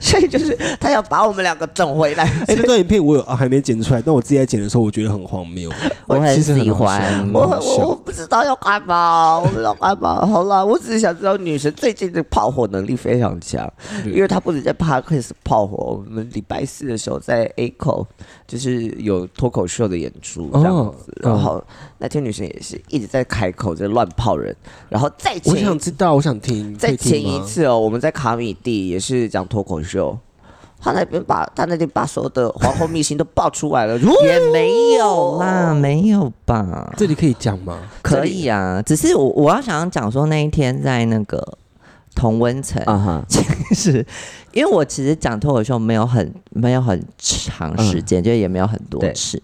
B: 所以 就是他要把我们两个整回来。
A: 哎，这段影片我有啊还没剪出来，但我自己在剪的时候，我觉得很荒谬。
D: 我很
A: 其实
D: 喜
A: 好笑
D: 欢
A: 很
B: 我
A: 好
B: 我我
A: 笑。
B: 不知道要干嘛，我 不知道干嘛。好了，我只是想知道女神最近的炮火能力非常强，
A: 对
B: 因为她不止在 Parkes 炮火，我们礼拜四的时候在 A 口就是有脱口秀的演出这样子，
A: 哦
B: 然后那天女神也是一直在开口在乱泡人，然后再前
A: 我想知道，我想听，
B: 在
A: 可以听
B: 前一
A: 吗，
B: 次哦，我们在卡米蒂也是讲脱口秀，他那边把他那天把所有的皇后秘辛都爆出 来了，
A: 哦
D: 也没有啦，没有吧？
A: 这里可以讲吗？
D: 可以啊，只是我我要想讲说那一天在那个同温层，
B: 啊哈，
D: 是因为我其实讲脱口秀没有很没有很长时
A: 嗯
D: 间，就也没有很多
B: 对
D: 次，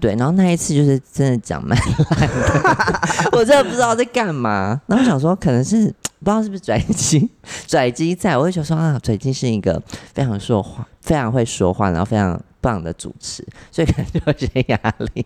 D: 对。然后那一次就是真的讲蛮 烂的，我真的不知道在干嘛。然后我想说，可能是不知道是不是拽机， 拽机在，我就想说啊，拽机是一个非常说话、非常会说话，然后非常棒的主持，所以可能就有些压 力。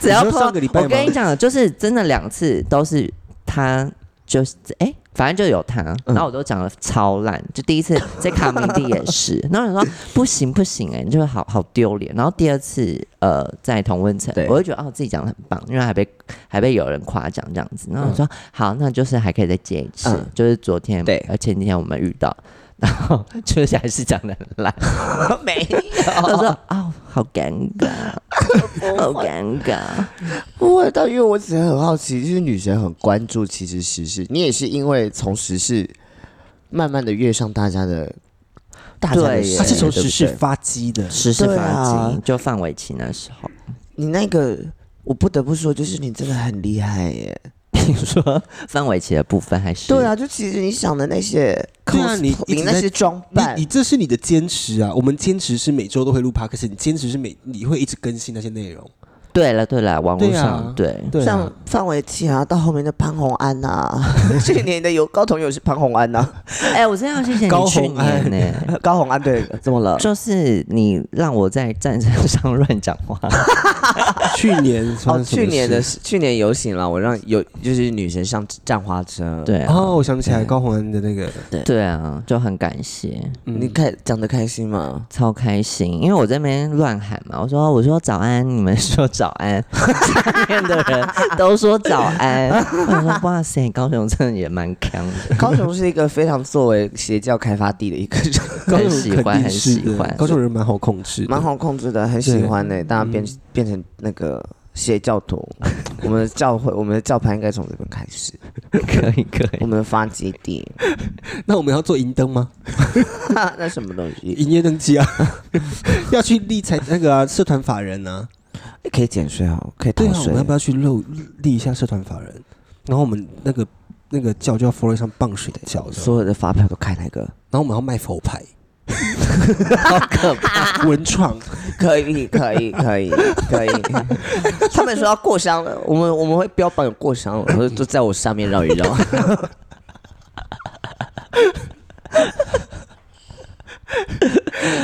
D: 只要
A: 你说
D: 碰
A: 上个礼拜
D: 我跟
A: 吗
D: 你讲，就是真的两次都是他，就是哎、反正就有他，
B: 嗯
D: 然后我都讲的超烂，就第一次在卡米蒂也是， 然后我想说不行不行哎、你就好好丢脸。然后第二次呃在同温层
B: 对，
D: 我就觉得哦自己讲的很棒，因为还被还被有人夸奖这样子。然后我说、好，那就是还可以再接一次，
B: 嗯
D: 就是昨天
B: 对
D: 而前几天我们遇到。然后就是还是讲的很烂，
B: 没
D: 我
B: 有，
D: 说哦，好尴尬，好 尴尬。
B: 啊不会，但因为我只是很好奇，就是女神很关注其实时事，你也是因为从时事慢慢的跃上大家的，大家的
D: 对耶
A: 他是从
B: 对不
A: 时事
B: 对
A: 发迹的，
D: 时事
B: 对
D: 发
B: 啊
D: 迹，就范玮琪那时候，
B: 你那个。我不得不说，就是你真的很厉害耶！
D: 你说范玮琪的部分还是
B: 对，啊，就其实你想的那些 cosplay，
A: 对啊你一直
B: 你那
A: 在
B: 些装
A: 你
B: 扮
A: 你，这是你的坚持啊！我们坚持是每周都会录 p 可是你坚持是每你会一直更新那些内容。
D: 对了对了，网络上对,、
A: 对啊
B: 像范玮琪啊，到后面的潘红安呐、 去年的有高同友是潘红安呐、啊
D: 哎、我真的要谢谢
A: 高
D: 你去
A: 虹安
D: 年呢、
B: 高红安对，哦怎么了？
D: 就是你让我在战场上乱讲话，
A: 去年发
B: 哦，
A: 生什么
B: 去年的
A: 事
B: 是去年游行了，我让有就是女神上战花车，，
D: 对啊、
A: 哦，我想起来高洪安的那个，
D: 对啊，就很感谢，
A: 嗯
B: 你开讲的开心吗？
D: 超开心，因为我这边乱喊嘛，我说我说早安，你们说早安， 下面的人都说早 安，我想说哇塞，高雄真的也蛮强的，
B: 高雄是一个非常作为邪教开发地的一 个人，
A: 高雄
D: 很喜
A: 肯
D: 欢
A: 定
D: 很
A: 是
D: 喜
A: 的
D: 欢，
A: 高雄人蛮好控制的，
B: 蛮好控制的，很喜欢呢、大家变、
A: 嗯
B: 变成那个邪教徒， 我们的教会，我们的教派应该从这边开始，
D: 可以可
B: 我
D: 以，
B: 们的发基地，
A: 那我们要做银灯吗？
B: 那什么东西、
A: 营业登记啊，要去立财那个、啊、社团法人啊。
B: 欸可以减税哦，可以逃
A: 对啊，我
B: 税
A: 们要。不要去漏立一下社团法人？然后我们那个那个教就要 f l o 上棒水的教，这样
B: 所有的发票都开那个，
A: 然后我们要卖佛牌，
D: 好可怕，
A: 文创
B: 可以，可以，可以，可以。他们说要过商了，我们我们会标榜有过商了，然后就在我上面绕一绕。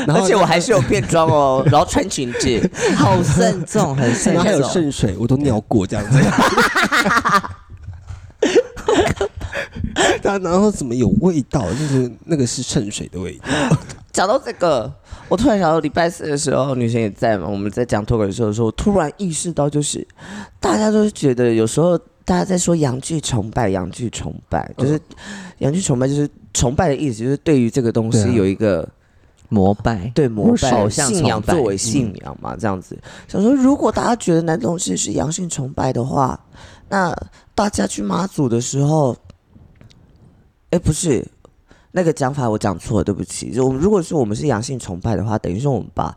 A: 然后
B: 而且我还是有变装哦，然后穿裙子，
D: 好慎 重，很慎
A: 然后还有
D: 重。
A: 圣水，我都尿过这样 子。然后然后怎么有味道？就是那个是圣水的味道。
B: 讲到这个，我突然想到礼拜四的时候，女神也在嘛，我们在讲脱口秀的时候，我突然意识到，就是大家都觉得有时候大家在说洋剧崇拜，洋剧崇拜就是洋剧崇拜，就是崇拜的意思，就是对于这个东
A: 嗯对啊
B: 西有一个
D: 膜拜，
B: 对膜拜、
D: 偶像
B: 信仰
D: 崇拜嗯
B: 作为信仰嘛，这样子。想说，如果大家觉得男同志是阳性崇拜的话，那大家去妈祖的时候，哎，不是那个讲法，我讲错了，对不起。就我们如果说我们是阳性崇拜的话，等于说我们把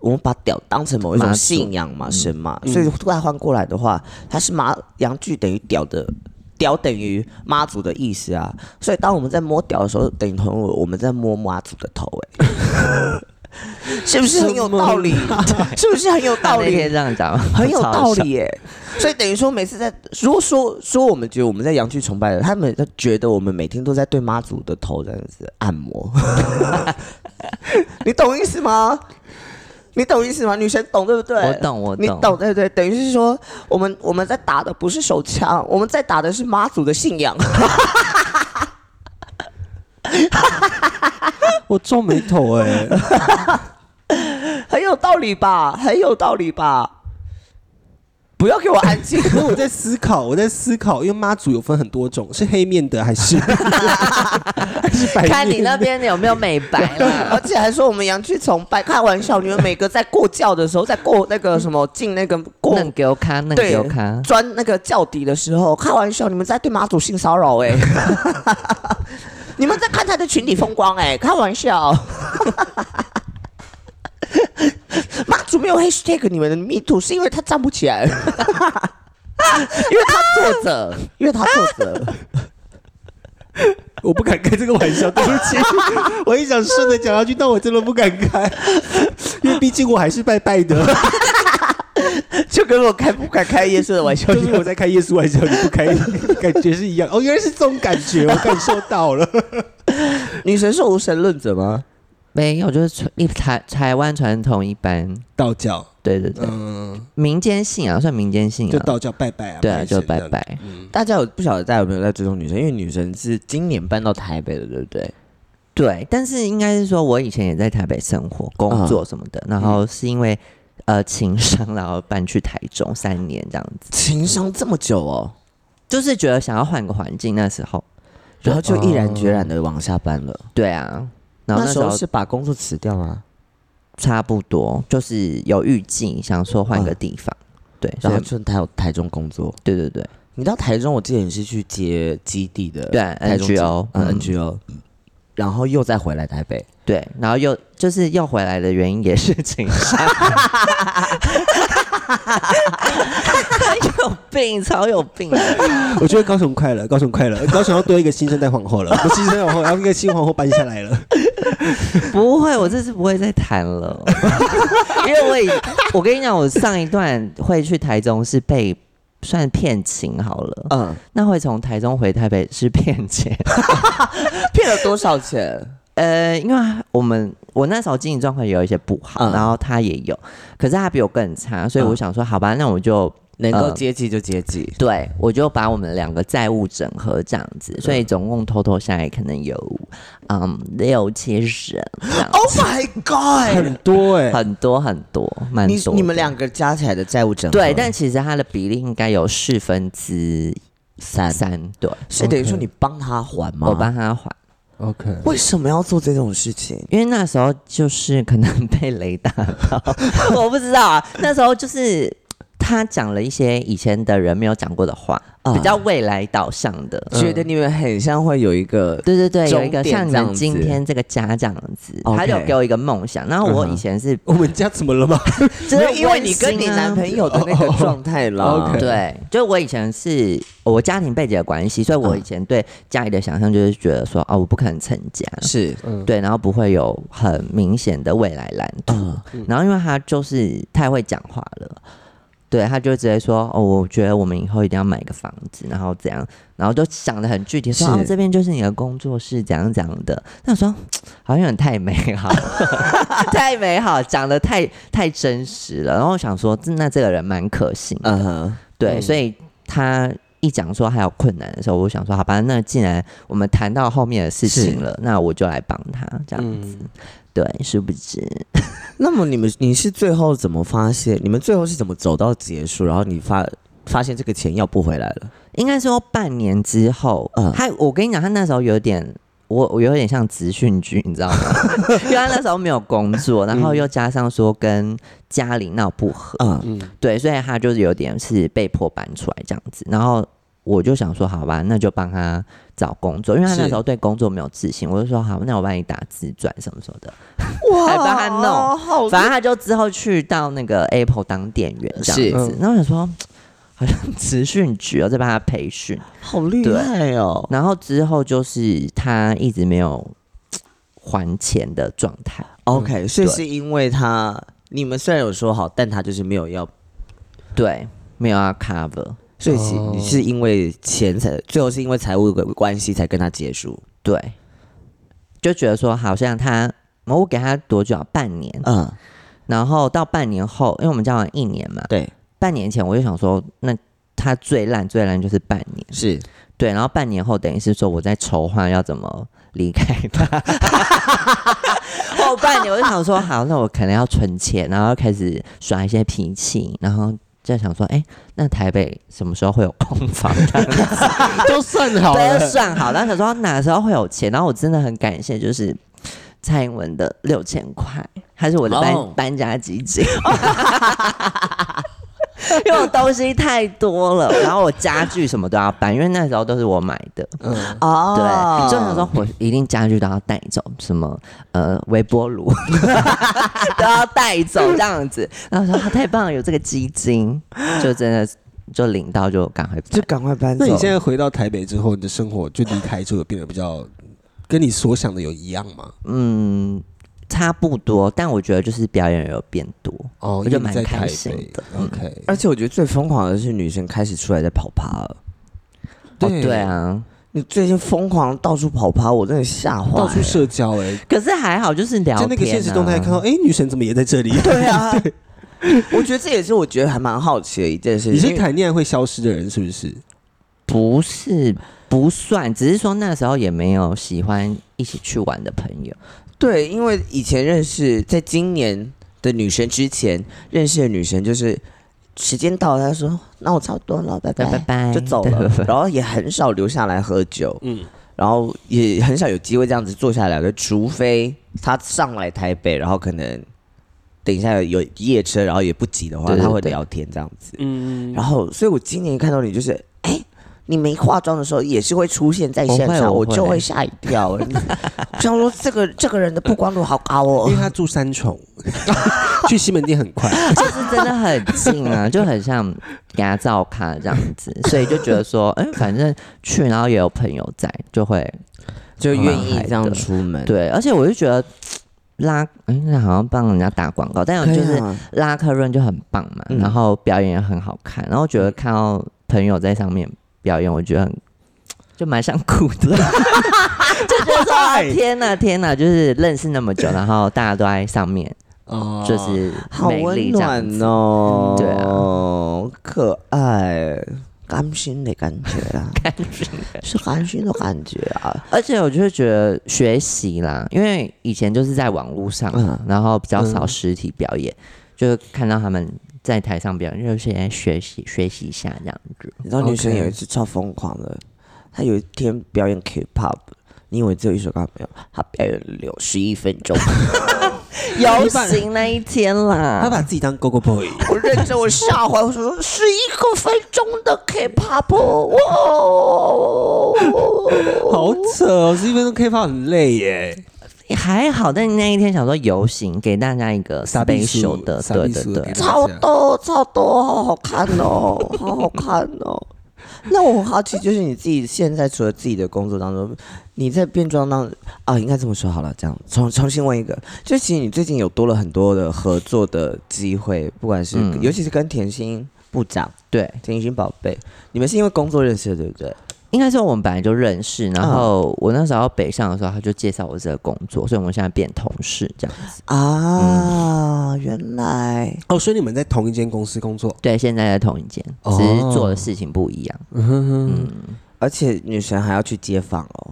B: 我们把屌当成某一
D: 妈
B: 种
D: 祖
B: 信仰嘛，
D: 嗯
B: 神嘛，
A: 嗯
B: 所以突然换过来的话，它是麻阳具等于屌的。屌等于妈祖的意思啊，所以当我们在摸屌的时候，等于同我们在摸妈祖的头、欸， 是不是很有道理？ 是不是很有道
D: 哎那
B: 理
D: 天？这样讲，
B: 很有
D: 超
B: 道
D: 好笑
B: 理。耶。所以等于说，每次在如果说说我们觉得我们在阳具崇拜的，他们都觉得我们每天都在对妈祖的头这样子按摩， 你懂意思吗？你懂意思吗？女生懂对不对？
D: 我懂我
B: 你
D: 懂
B: 懂对对，等于是说，我们我们在打的不是手枪，我们在打的是妈祖的信仰。
A: 我皱眉头哎、
B: 很有道理吧？很有道理吧？不要给我安静。
A: 因为我在思考，我在思考，因为妈祖有分很多种，是黑面的还 是还是白面的？
D: 看你那边有没有美白啦
B: 而？且还说我们洋去崇拜，开玩笑，你们每个在过教的时候，在过那个什么进那个过
D: 嫩给我看，嫩
B: 对
D: 给我看，
B: 钻那个教底的时候，开玩笑，你们在对妈祖性骚扰哎、 你们在看他的群体风光哎、开玩 笑。妈祖没有 hashtag 你们的 me too，是因为他站不起 来，因为他坐着，因为他坐着。
A: 我不敢开这个玩笑，对不 起，我也想顺着讲下去，但我真的不敢开，因为毕竟我还是拜拜的，
B: 就跟我开不敢开夜市的玩笑
A: 就
B: 一
A: 是
B: 样。
A: 我在开耶稣玩笑，你不开，感觉是一样。哦，原来是这种感觉，我感受到了。
B: 女神是无神论者吗？
D: 没有，就是传一台台湾传统一般，
A: 道教，
D: 对对对，
A: 嗯，
D: 民间信仰算民间信
A: 就
D: 仰，
A: 道教拜拜啊，
D: 对啊，
A: 拜神
D: 就拜
A: 这样子。
D: 拜。
B: 大家有不晓得大家有没有在追踪女神？因为女神是今年搬到台北的，对不对？
D: 对，但是应该是说，我以前也在台北生活、工作什么
A: 嗯
D: 的，然后是因为呃情商，然后搬去台中三年这样子，
B: 情商这么久哦，
D: 就是觉得想要换个环境。那时候，
B: 然后就毅然决然的往下搬了。
D: 对啊，然后
B: 那
D: 那时
B: 时
D: 候
B: 候是把工作辞掉啊吗？
D: 差不多就是有预计，想说换个地方。对，
B: 嗯然
D: 所
B: 后
D: 以
B: 就台台中工作。
D: 对对对
B: 你到台中，我记得你是去接基地的，
D: 对
B: 台中基
D: ，NGO，
B: 嗯
D: 嗯
B: NGO，然后又再回来台北。
D: 对，然后又就是又回来的原因也是 情商。有病，超有病的！
A: 我觉得高雄快了，高雄快了，高雄要多一个新生代皇后了，我们新生代皇后，然后一个新皇后搬下来了，
D: 不会，我这次不会再谈了， 因为我已，我跟你讲，我上一段会去台中是被算骗情好了，
B: 嗯，
D: 那会从台中回台北是骗钱，
B: 骗了多 少钱？
D: 呃，因为我们我那时候经营状况也有一些不好，
B: 嗯
D: 然后他也有，可是他比我更差，所以我
B: 嗯
D: 想说，好吧，那我就
B: 能够
D: 嗯
B: 接济就接济。
D: 对，我就把我们两个债务整合这样
B: 嗯
D: 子，所以总共偷偷下来可能有嗯六七十人这样
B: Oh my
D: 啊
B: god！
A: 很多 哎、
D: 很多很多，蛮
B: 你
D: 多的。
B: 你们两个加起来的债务整合
D: 对，但其实它的比例应该有四分之
B: 三，
D: 三，对，
B: 所以哎等于说你帮他还吗？
D: 我帮他还，
A: o k
B: 为什么要做这种事情？
D: 因为那时候就是可能被雷打到， 我不知道啊，那时候就是。他讲了一些以前的人没有讲过的话，
B: 啊
D: 比较未来导向的。
B: 觉得你们很像会有一个
D: 对对对，有一
B: 终
D: 个
B: 点
D: 像你
B: 这样
D: 们
B: 子
D: 今天这个家这样子，
B: OK
D: 他就给我一个梦想。然后我以前是
A: 我们家怎么了吗？
D: 就
B: 没
D: 是
B: 有因为你跟你男朋友的那个状态
A: 哦哦
B: 啦
A: 哦。，OK
D: 对，就我以前是我家庭背景的关系，所以我以前对家里的想象就是觉得说，哦，我不可能成家，
B: 是，
D: 对，然后不会有很明显的未来蓝图。
B: 嗯，
D: 然后因为他就是太会讲话了，对，他就直接说，哦，我觉得我们以后一定要买一个房子，然后怎样，然后就想的很具体，说，
B: 是
D: 哦，这边就是你的工作室，怎样怎样的。那我说，好像有点太美好， 太美好，讲的太太真实了。然后我想说，那这个人蛮可信的
B: 嗯哼，
D: 对，
A: 嗯
D: 所以他一讲说还有困难的时候，我想说，好吧，那既然我们谈到后面的事情了，那我就来帮他这样。
A: 嗯，
D: 对，殊不知
B: 那么你们你是最后怎么发现？你们最后是怎么走到结束？然后你发发现这个钱要不回来了？
D: 应该说半年之后，呃
B: 嗯
D: 他我跟你讲，他那时候有点。我我有点像职训局，你知道 吗？因为他那时候没有工作，然后又加上说跟家里闹不和，
B: 嗯，
D: 对，所以他就是有点是被迫搬出来这样子。然后我就想说，好吧，那就帮他找工作，因为他那
B: 是
D: 时候对工作没有自信，我就说好，那我帮你打自传什么什么的，还帮他弄。
B: 哦好
D: 反正他就之后去到那个 Apple 当店员这
B: 是
D: 样子
A: 嗯。
D: 然后我想说，好像职训局哦，在帮他培训。
B: 好厉害哦！
D: 然后之后就是他一直没有还钱的状态。
B: OK，所以
D: 对
B: 是因为他你们虽然有说好，但他就是没有要，
D: 对，没有要 cover。
B: 所以是、
A: 哦
B: 你是因为钱才最后是因为财务的关系才跟他结束。
D: 对，就觉得说好像他，我给他多久啊？半年。
B: 嗯，
D: 然后到半年后，因为我们交往一年嘛，
B: 对，
D: 半年前我就想说，那他最烂最烂就是半年，
B: 是
D: 对，然后半年后等于是说我在筹划要怎么离开 他。后半年我就想说，好，那我可能要存钱，然后开始耍一些脾气，然后就想说，哎，那台北什么时候会有空房？
A: 都算好
D: 对，
A: 了
D: 要。算好。然后想说哪时候会有钱，然后我真的很感谢，就是蔡英文的六千块，还是我的搬、
B: 哦
D: 搬家基金， 因为我东西太多了，然后我家具什么都要搬，因为那时候都是我买的，
A: 嗯，
B: 哦
D: 对，就想说我一定家具都要带走，什么呃微波炉 都要带走这样子。然后说、啊太棒了，有这个基金，就真的就领到就赶快搬
B: 就赶快搬走。
A: 那你现在回到台北之后，你的生活就离开之后有变得比较跟你所想的有一样吗？
D: 嗯，差不多，但我觉得就是表演有变多，
A: 哦
D: 我
A: 因
D: 觉
A: 为
D: 得
A: 你
D: 蛮
A: 在
D: 开
A: 台
D: 心
A: 北
D: 的。嗯
A: ，OK，
B: 而且我觉得最疯狂的是女生开始出来在跑趴了。
D: 哦，对，啊，
B: 你最近疯狂到处跑趴，我真的吓坏。
A: 到处社交哎，
D: 可是还好，就是聊
A: 在
D: 天、啊。
A: 那个现实动态看到，哎，女神怎么也在这里？
B: 对啊，我觉得这也是我觉得还蛮好奇的一件事情。
A: 你
B: 因
A: 是
B: 为
A: 谈恋爱会消失的人是不是？
D: 不是不算，只是说那时候也没有喜欢一起去玩的朋友。
B: 对，因为以前认识，在今年的女生之前认识的女生，就是时间到了，她 说：“那我差不多了，拜哎
D: 对，
A: 哎
B: 拜。
D: 拜拜，
B: 就走
D: 对
B: 了，然后也很少留下来喝酒，
A: 嗯，
B: 然后也很少有机会这样子坐下来的，除非她上来台北，然后可能等一下有夜车，然后也不急的话，
D: 对对
B: 她会
D: 对
B: 聊天这样子。
A: 嗯
B: 然后，所以我今年看到你就是，哎、你没化妆的时候也是会出现在现场，
D: 我会
B: 我
D: 我会
B: 就会吓一 跳。我想说，这个这个人的曝光度好高
A: 因为。
B: 哦
A: 他住三重， 去西门町很快。
D: 就是真的很近啊，就很像牙照哎卡这样子，所以就觉得说，嗯，反正去，然后也有朋友在，就会
B: 就愿意这样
D: 蛮嗨的
B: 出门，
D: 对，而且我就觉得拉，哎、那好像帮人家打广告，但
B: 可以啊，
D: 我就是拉客润就很棒嘛，
B: 嗯
D: 然后表演也很好看，然后觉得看到朋友在上面表演，我觉得很就蛮想哭 的，就觉得说啊天哪天哪，就是认识那么久，然后大家都在上面，
A: 哦
D: 就是
B: 好
D: 美
B: 温
D: 丽这样
B: 暖
D: 子。
B: 哦，
D: 嗯对啊
B: 好可爱，甘心的感觉 啊，
D: 感觉
B: 是甘心的感觉啊，
D: 而且我就会觉得学习啦，因为以前就是在网络上嘛，
B: 嗯
D: 然后比较少实体表演，就是看到他们在台上表演，就是在学习学习一下这样子。
B: 你知道女生
A: OK
B: 有一次超疯狂的，她有一天表演 K-pop，你以为只有一首歌没有？她表演了六十一分 钟，
D: 游行那一天
A: 他
D: 啦，
A: 把自己当 Gogo Boy，
B: 我认真我吓坏，我说十一个分钟的 K-pop，哇！哦
A: 好扯哦！十一分钟 K-pop 很累耶，
D: 还好，但那一天想说游行给大家一个
A: 傻逼数
D: special 的，
A: 傻逼
D: 对
A: 数
D: 对
A: 给
D: 对
A: 大。家
B: 超多超多，好好看哦，好好看 哦。 那我很好奇，就是你自己现在除了自己的工作当中，你在变装当啊，应该这么说好了，这样重重新问一个，就其实你最近有多了很多的合作的机会，不管是、
D: 嗯
B: 尤其是跟甜心部长、
D: 对，
B: 甜心宝贝，你们是因为工作认识的，对不对？
D: 应该是我们本来就认识，然后我那时候北上的时候，他就介绍我这个工作，所以我们现在变同事这样子。
A: 嗯
B: 啊，原来
A: 哦，所以你们在同一间公司工作，
D: 对，现在在同一间，
A: 哦
D: 只是做的事情不一样。
B: 而且女神还要去街访哦，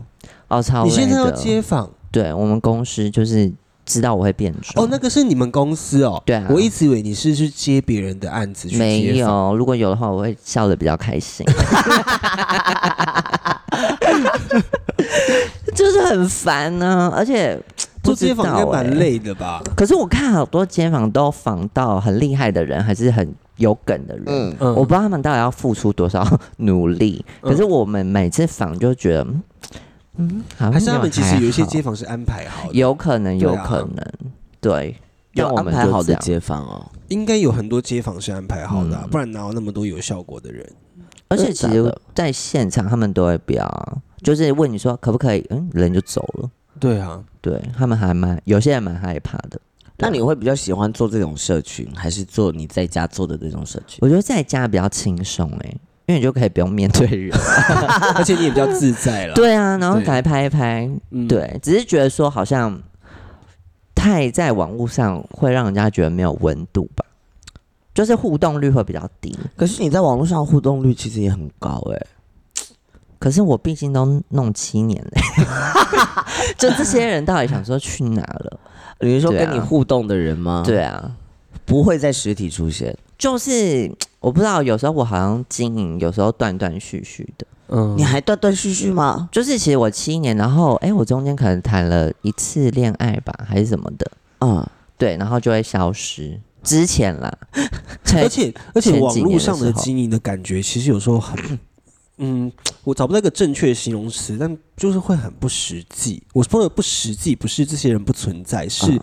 D: 哦，超
A: 你现在
D: 累
A: 要
D: 的
A: 街访
D: 对我们公司就是知道我会变装
A: 哦，那个是你们公司哦，
D: 对啊
A: 我一直以为你是去接别人的案子去
D: 没
A: 街访，
D: 有，如果有的话，我会笑的比较开心。 就是很烦呢、而且
A: 做街访应该蛮。
D: 不知道欸
A: 累的吧？
D: 可是我看好多街访都访到很厉害的人，还是很有梗的人。
B: 嗯，
A: 嗯
D: 我不知道他们到底要付出多少 努力。
A: 嗯
D: 可是我们每次访就觉得，嗯，嗯好像
A: 还是他
D: 没
A: 们其实有一些
D: 还好
A: 街访是安排好的，
D: 有可能，
A: 对啊
D: 有可能，对。
B: 有
D: 但我
B: 安
D: 们
B: 排
D: 就
B: 好
D: 这
B: 的
D: 样
B: 街访哦。
A: 应该有很多街访是安排好的啊，
D: 嗯
A: 不然哪有那么多有效果的人？
D: 而且
B: 真的
D: 其
B: 假
D: 实
B: 的
D: 在现场他们都会比较，就是问你说可不可以，嗯，人就走了。
A: 对啊，
D: 对他们还蛮有些人蛮害怕的。
B: 那你会比较喜欢做这种社群，还是做你在家做的这种社群？
D: 我觉得在家比较轻松哎、因为你就可以不用面对人。
A: 而且你也比较自在了，
D: 对啊，然后
A: 对
D: 赶快拍一拍。
A: 嗯
D: 对，只是觉得说好像太在网络上会让人家觉得没有温度吧，就是互动率会比较低。
B: 可是你在网络上互动率其实也很高哎、
D: 可是我毕竟都弄七年了、 就这些人到底想说去哪了？
B: 你是说
D: 对啊
B: 跟你互动的人
C: 嗯
B: 吗？，
D: 对啊，
B: 不会在实体出现。
D: 就是我不知道，有时候我好像经营，有时候断断续续的。
A: 嗯
B: 你还断断续续吗？
D: 就是其实我七年，然后哎、我中间可能谈了一次恋爱吧，还是什么的，
B: 嗯，
D: 对，然后就会消失。之前啦，
A: 而
D: 而
A: 且而且
D: 前几
A: 网络
D: 年的
A: 上的
D: 时候
A: 经营的感觉，其实有时候很，嗯，我找不到一个正确的形容词，但就是会很不实际。我说的不实际，不是这些人不存在，是
B: 嗯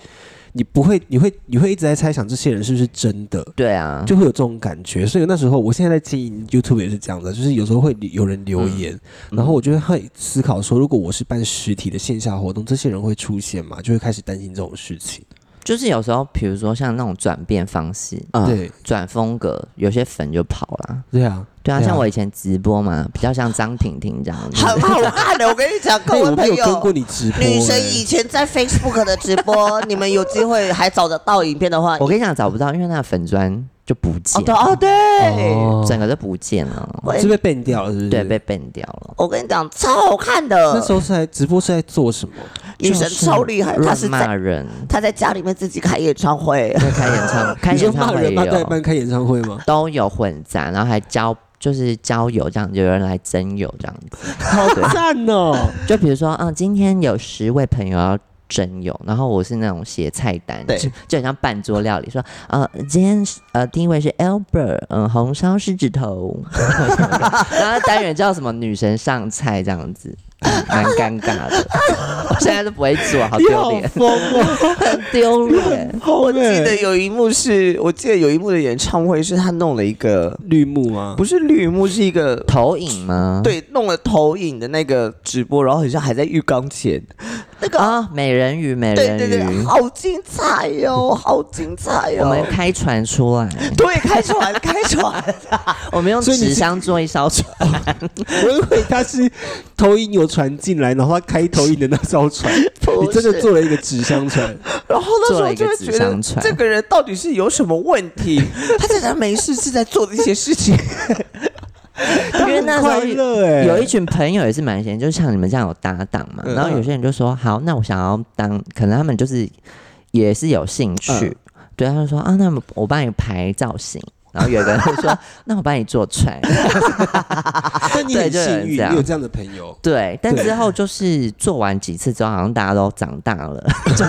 A: 你不会，你会你会一直在猜想这些人是不是真的。
D: 对啊，
A: 就会有这种感觉，所以那时候，我现在在经营 YouTube 也是这样的，就是有时候会有人留言，
D: 嗯
A: 然后我就会思考说，如果我是办实体的线下活动，这些人会出现吗？就会开始担心这种事情。
D: 就是有时候，比如说像那种转变方式、
B: 嗯，
A: 对
D: 转风格，有些粉就跑啦。
A: 对啊，
D: 对啊，
A: 对啊
D: 像我以前直播嘛，比较像张婷婷这样子。
B: 很好看的。我跟你 讲，各
A: 哎
B: 位
A: 我
B: 朋
A: 没有跟
B: 友
A: 过，你直播、
B: 女神
A: 哎
B: 以前在 Facebook 的直播，你们有机会还找得到影片的话，
D: 我跟你讲，找不到，因为那粉砖就不
B: 哦
D: 见
B: 对哦对，
A: 哦
D: 整个都不见了，
B: 喂
A: 是被 ban 掉了，是不是？
D: 对，被 ban 掉了。
B: 我跟你讲，超好看
A: 那时
B: 的。
A: 候是在直播是在做什么？
B: 女神超厉害，她
D: 乱
B: 是
D: 骂
B: 在
D: 人，
B: 她在家里面自己开演唱会。
D: 在开演 唱，开
A: 你说
D: 演唱
A: 骂
D: 会
A: 人骂代
D: 有
A: 办开演唱会 吗？
D: 都有混杂，然后还交就是交友这样，有人来征友这样子。
A: 好赞哦！
D: 就比如说，嗯，今天有十位朋友要征友，然后我是那种写菜单，
B: 对
D: 就就很像半桌料理，说，呃，今天是呃第一位是 Albert，嗯、 红烧狮子头，然后单元叫什么女神上菜这样子，蛮尴尬 的。我现在都不会做，好丢脸，
B: 疯哦！
D: 很丢脸。
B: 我记
A: 欸
B: 得有一幕是，我记得有一幕的演唱会是他弄了一个，
A: 绿幕啊吗？
B: 不是绿幕，是一个
D: 投影吗？
B: 对，弄了投影的那个直播，然后好像还在浴缸前，那个、
D: 啊，美人鱼，美
B: 对
D: 人
B: 对对，
D: 鱼，
B: 好精彩 哟、好精彩
D: 我
B: 哟、
D: 们开船出来，
B: 对，开船，开船，
D: 我们用
A: 所以你
D: 纸
A: 是
D: 箱做一艘船。
A: 我以为他是投影有船进来，然后他开投影的那艘船，
B: 不
A: 你真的
B: 是
A: 做了一个纸箱 船，
B: 然后那时
D: 做了
B: 候
D: 一
B: 就
D: 个
B: 会
D: 纸
B: 觉得
D: 箱船
B: 这个人到底是有什么问题？ 他在那没事是在做的一些事 情，
D: 因为那时
A: 快
D: 候
A: 乐哎、
D: 有一群朋友也是蛮闲，就像你们这样有搭档嘛。
B: 嗯
D: 然后有些人就说：“好，那我想要当，可能他们就是也是有兴趣。
A: 嗯
D: 对，他就说：“啊，那么我帮你排造型。”然后有个人就说：“ 那我帮你做船。
B: 啊
A: 但你很
D: 对就有
A: 幸
D: 人
A: 运，你
D: 这样
A: 有这样的朋友”。
D: 对，但
A: 对
D: 之后就是做完几次之后，好像大家都长大了， 就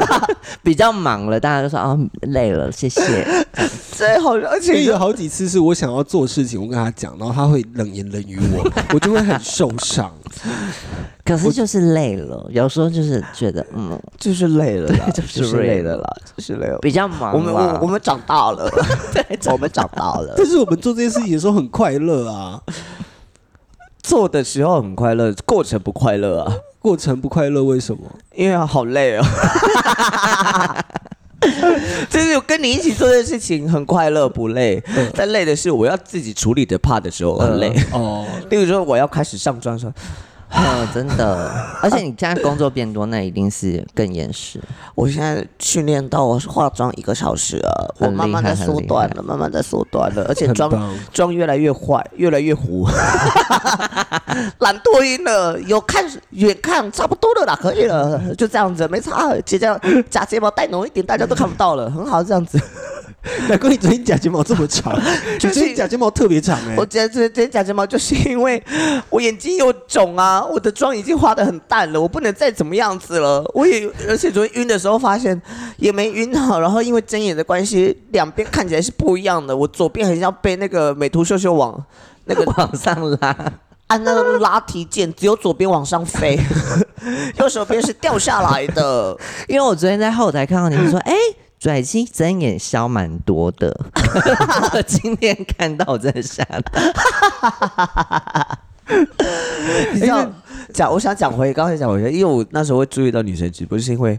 D: 比较忙了，大家就说：“哦，累了，谢谢。
B: 最后而
A: 所以
B: 且
A: 有好几次是我想要做事情，我跟他讲，然后他会冷言冷语我，我就会很受伤。”
D: 可是就是累了，有时候就是觉得嗯
B: 就是累了啦，
D: 就是
B: 就是
D: 累
B: 累了
D: 了
B: 啦，就是累了。
D: 比较忙
B: 我们
D: 啦
B: 我我 们长大了，我们长大 了。
A: 但是我们做这件事情的时候很快乐啊，
B: 做的时候很快乐，过程不快乐啊，
A: 过程不快乐为什 么？
B: 因为好累 哦。就是跟你一起做的事情很快乐不累，
D: 嗯
B: 但累的是我要自己处理的 part 的时候很累。
A: 哦，
B: 例如说我要开始上妆的时候，
D: 嗯，真的，而且你现在工作变多，那一定是更严实。
B: 我现在训练到我化妆一个小时了，我
D: 很厉害
B: 慢慢的缩短
D: 很厉
B: 了，慢慢的缩短了，而且
A: 很
B: 妆
A: 棒
B: 妆越来越坏，越来越 糊，懒惰音了，有看远看差不多了啦，可以了，就这样子，没差，结这样假睫毛带浓一点，大家都看不到了，很好，这样子。
A: 难怪你昨天假睫毛这么长，你
B: 就是
A: 昨天假睫毛特别长哎、
B: 我今天今天假睫毛，就是因为我眼睛有肿啊，我的妆已经化的很淡了，我不能再怎么样子了。我也而且昨天晕的时候发现也没晕好，然后因为睁眼的关系，两边看起来是不一样的。我左边很像被那个美图秀秀网 那个
D: 往上拉，
B: 按那个拉提键，只有左边往上飞， 右手边是掉下来的。
D: 因为我昨天在后台看到你们 说，哎、拽鸡睁眼消蛮多的， 我今天看到我真的吓到。
B: 你知道，讲我想讲回刚才讲回，因为我那时候会注意到女生直播，是因为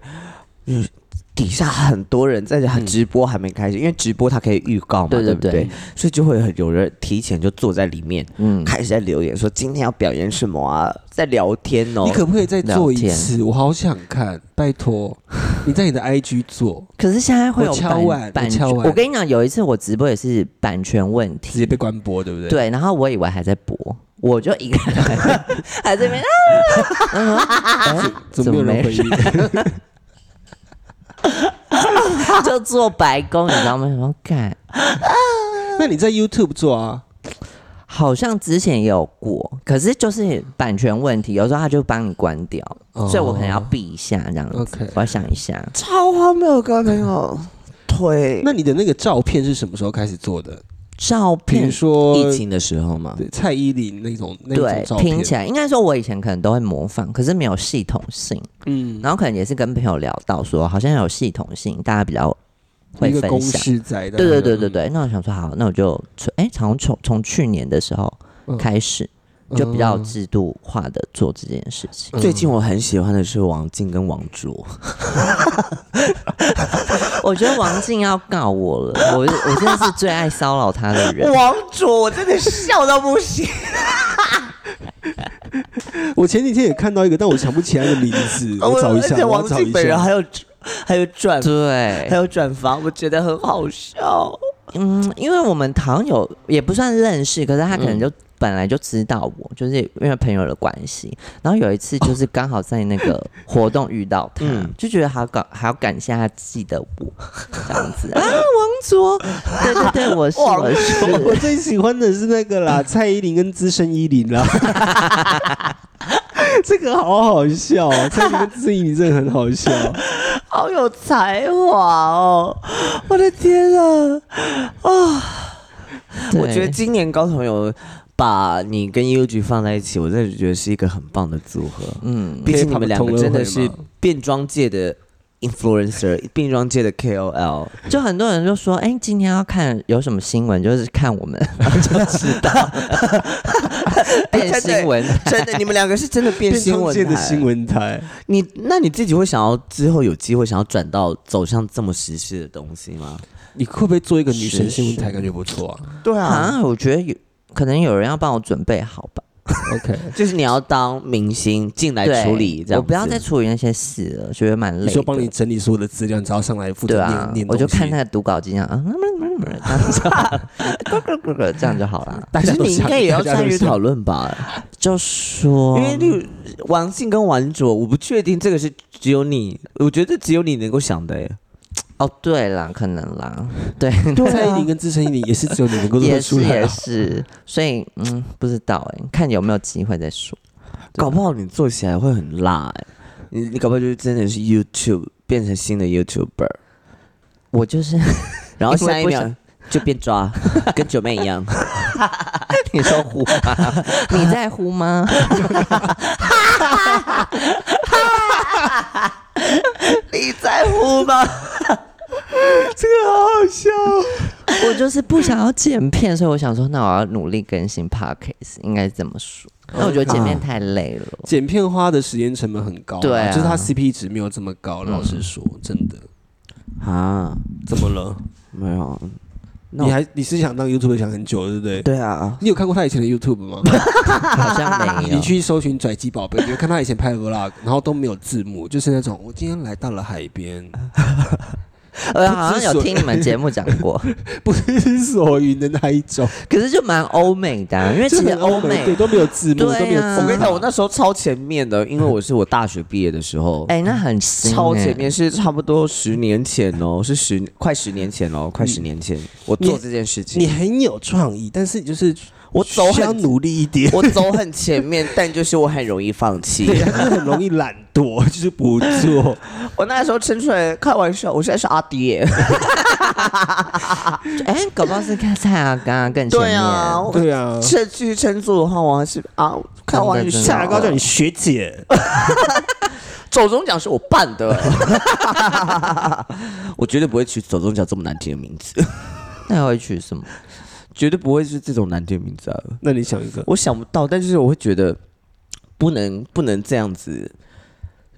B: 嗯底下很多人在讲直播还没开始，因为直播它可以预告嘛，
D: 嗯对对
B: 不对
D: 对？
B: 所以就会很有人提前就坐在里面，
D: 嗯，
B: 开始在留言说今天要表演什么啊，在聊天哦
A: 你。可不可以再做一
D: 聊天
A: 次？我好想看，拜托，你在你的 IG 做，
D: 可是现在会有
A: 我敲碗我
D: 版版权，
A: 敲碗
D: 我跟你讲，有一次我直播也是版权问
A: 直
D: 题，
A: 接被关播，对不对？，
D: 对，然后我以为还在播，我就一个人还在那 边，
A: 怎么没有人回应？
D: 啊就做白工，你知道吗？然后干，
A: 那你在 YouTube 做啊？
D: 好像之前也有过，可是就是版权问题，有时候他就帮你关掉，
A: 哦
D: 所以我可能要避一下这样子
A: OK
D: 我要想一下。
B: 超荒谬，各位朋友，推
A: 那你的那个照片是什么时候开始做
D: 嗯
A: 的？
D: 照
A: 比
D: 片
A: 如说
B: 疫情的时候嘛，
A: 对蔡依林那种那种
D: 对
A: 照
D: 听
A: 片，
D: 起来，应该说我以前可能都会模仿，可是没有系统性。
A: 嗯，
D: 然后可能也是跟朋友聊到说，好像有系统性，大家比较会
A: 一个公
D: 分享。
A: 式在的，
D: 对对对对
A: 嗯
D: 对，那我想说好，那我就从哎，从从从去年的时候
A: 嗯
D: 开始，
A: 嗯，
D: 就比较
A: 嗯
D: 有制度化的做这件事情。
B: 最近我很喜欢的是王静跟王 卓，
D: 我觉得王静要告我了，我我真的是最爱骚扰他的 人。
B: 王卓我真的笑到不行。
A: 我前几天也看到一个，但我想不起来的名字， 我找一
B: 而
A: 下，
B: 且
A: 我
B: 王
A: 要找
B: 静
A: 一
B: 本人
A: 下。
B: 还有还有转还
D: 对，
B: 有转发，我觉得很好笑。
D: 嗯，因为我们好像有也不算认识，可是他可能就、本来就知道我，就是因为朋友的关系。然后有一次就是刚好在那个活动遇到他，
B: 嗯
D: 就觉得好感还要感谢他记得我这样子啊，王卓，对对对，我是
B: 王
D: 我
A: 我
D: 是，
A: 最喜欢的是那个啦，蔡依林跟资深依林啦， 这个好好笑哦，蔡依林跟资深依林真的很好笑。哦
B: 好有才华哦！我的天啊！啊，
D: 对
B: 我觉得今年高雄有把你跟 U G 放在一起，我真的觉得是一个很棒的组合。
D: 嗯，
B: 毕竟你们两个真的
A: K-pop 同乐
B: 是
A: 会嘛
B: 变装界的 influencer，变装界的 K O L。
D: 就很多人就说，哎、今天要看有什么新闻，就是看我们 就知道 变新闻。
B: 真的，你们两个是真的 变
A: 变
B: 新
A: 装
B: 闻
A: 界的
B: 台
A: 新。闻台，
B: 你那你自己会想要之后有机会想要转到走向这么时事的东西吗？
A: 你会不会做一个女
D: 是
A: 神新闻
D: 是
A: 台？感觉不错啊。
B: 对
D: 啊，我觉得有可能有人要帮我准备好吧。
A: OK，
B: 就是你要当明星进来
D: 对
B: 处理这样子，
D: 我不要再处理那些事了，觉得蛮累
A: 你
D: 的。
A: 说帮你整理所有的资料，你只要上来负责
D: 对
A: 念、
D: 啊
A: 念，
D: 我就看那
A: 他，
D: 个读稿机这样啊，这样就好了。
A: 大
B: 可
A: 家
B: 是
A: 都
B: 你应该也要参与讨
A: 论。
B: 论吧？
D: 就说，
B: 因为例如王信跟王卓，我不确定这个是只有你，我觉得只有你能够想的哎。
D: 哦，对啦，可能啦，对，
B: 啊
A: 蔡依林跟自成依林也是只有你能够做
D: 也
A: 得出
D: 是
A: 来
D: 也
A: 啊。
D: 是，所以嗯，不知道哎、看有没有机会再说。对
B: 搞不好你做起来会很辣哎、你你搞不好就是真的是 YouTube 变成新的 YouTuber，
D: 我就是
B: 然后
D: 因为
B: 下一
D: 不
B: 秒
D: 想
B: 就变 抓，跟九妹一 样。
D: 你说呼 吗？你在呼吗？
B: 你在乎吗？这个好好笑哦。
D: 我就是不想要剪片，所以我想说，那我要努力更新 podcast，应该这么说。那我觉得剪片太累了。
A: 剪片花的时间成本很高啊、
D: 对啊
A: 就是它 CP 值没有这么高。老实说，真的，
B: 啊，
A: 怎么了？
B: 没有。那我
A: 你还你是想当 YouTube 想很久，对不对？
B: 对啊，
A: 你有看过他以前的 YouTube 吗？
D: 好像没有
A: 你。去搜寻拽鸡宝贝，你会看他以前拍的 Vlog，然后都没有字幕，就是那种我今天来到了海边，
D: 呃，好像有听你们节目讲过，
A: 不知所云的那一种，
D: 可是就蛮欧美的啊、因为其
A: 就
D: 实
A: 很欧
D: 美
A: 对，都没有字幕，
D: 对啊
A: 都没有字幕。
B: 我跟你讲，我那时候超前面的，因为我是我大学毕业的时候，
D: 哎、那很新
B: 超
D: 欸
B: 前面是差不多十年前哦，是十快十年前哦，快十年前我做
A: 你
B: 这件事情
A: 你，很有创意，但是就是
B: 我走
A: 需要
B: 很。
A: 努力一点，
B: 我走很前面，但就是我很容易放 弃。
A: 对，他就是很容易懒惰，就是不做。
B: 我那时候撑出来，开玩笑，我现在是阿爹。
D: 哎、搞不好是看蔡阿刚更前面。
B: 对啊，我
A: 对啊，
B: 这继续撑住的话，我还是啊，开玩笑。啊
D: 真的真的
A: 下高叫你学 姐，
B: 走中奖是我办的，我绝对不会取走中奖这么难听的名字，
D: 那还会取什么？
B: 绝对不会是这种难听的名字啊！
A: 那你想一个，
B: 我想不到，但是我会觉得不能不能这样子。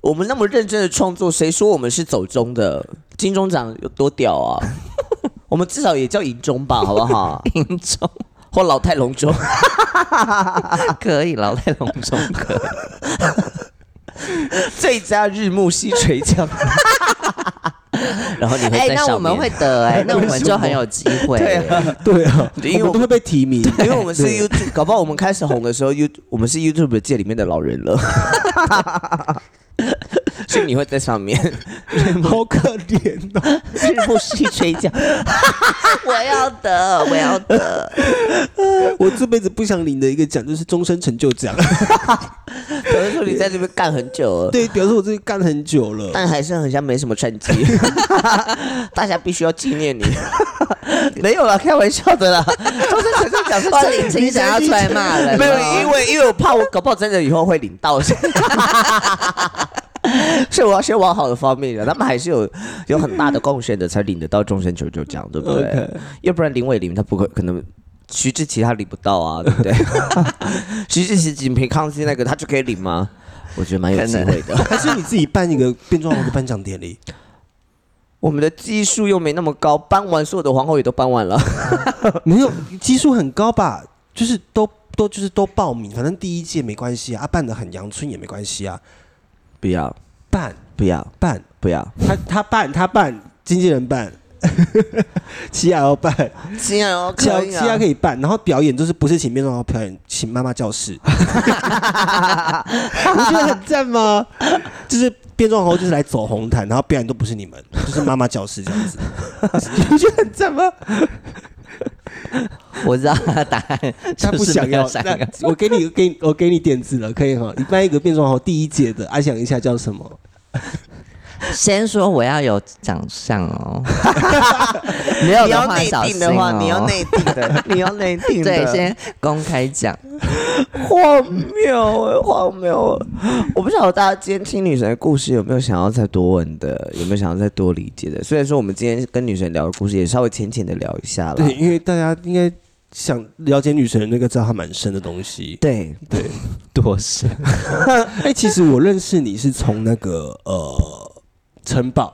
B: 我们那么认真的创作，谁说我们是走中的？金钟奖有多屌 啊？我们至少也叫银钟吧，好不 好？
D: 银钟
B: 或老态龙 钟。
D: 可以，老态龙钟可以。
B: 最佳日暮西垂 奖。然后你会在上面，
D: 哎、那我们会 得哎、 那我们就很有机会、
B: 对
A: 对啊，
B: 因为
A: 我们
B: 我
A: 都会被提名，
B: 因为我们是
A: 对
B: YouTube，搞不好我们开始红的时候，You 我们是 YouTube 界里面的老人了， 所以你会在上面
A: 好可怜哦。
B: 日暮西垂 奖。
D: 我要得，我要得。
A: 我这辈子不想领的一个奖就是终身成就 奖。
B: 有人说你在这边干很久了，
A: 对，表示我自己干很久了。
B: 但还是很像没什么成绩， 大家必须要纪念你。 没有啦，开玩笑的啦，都是纯粹 讲是
D: 我领情想要出来骂人了，
B: 没有，因为因为我怕我搞不好真的以后会领到，所 以我要先往好的方面的。他们还是有有很大的贡献的，才领得到终身成就奖，对不对
A: OK
B: 要不然林伟林他不可可能。徐志奇他领不到啊，对不 对？徐志奇、仅凭康熙那个，他就可以领吗？我觉得蛮有机会的。
A: 还是你自己办一个变装王的颁奖典 礼，
B: 我们的技术又没那么高，搬完所有的皇后也都搬完 了。
A: 没有基数很高吧？就是都都就是都报名，反正第一届没关系啊，啊办的很阳春也没关系啊，
B: 不要，
A: 办
B: 不要，
A: 办，
B: 不要！
A: 他他办他办，经纪人办， 齐雅要办，
B: 亲爱 哦，
A: 齐雅
B: 可以
A: 齐雅
B: 啊
A: 可。以办，然后表演就是不是请变装王表演，请妈妈教 室，你觉得很赞吗？就是。变装皇后就是来走红毯，然后表演都不是你们，就是妈妈教室这样子，你觉得很赞吗？
D: 我知道他的答案，
A: 他不
D: 就是
A: 想
D: 没有
A: 要，
D: 想
A: 那我给你，给你 我给你点子了，可以哈。你办一个变装皇后第一届的，啊，想一下叫什么？
D: 先说我要有长相 哦，没有
B: 你
D: 的
B: 要
D: 话
B: 内
D: 小
B: 定
D: 心
B: 的话，
D: 哦。
B: 你要内定的，你要内 定的。
D: 对，先公开讲，
B: 荒谬欸，荒谬！欸我不晓得大家今天听女神的故事有没有想要再多问的，有没有想要再多理解的。虽然说我们今天跟女神聊的故事也稍微浅浅的聊一下了，
A: 对，因为大家应该想了解女神的那个，知道她蛮深的东 西。
B: 对
A: 多深？哎、其实我认识你是从那个呃城堡，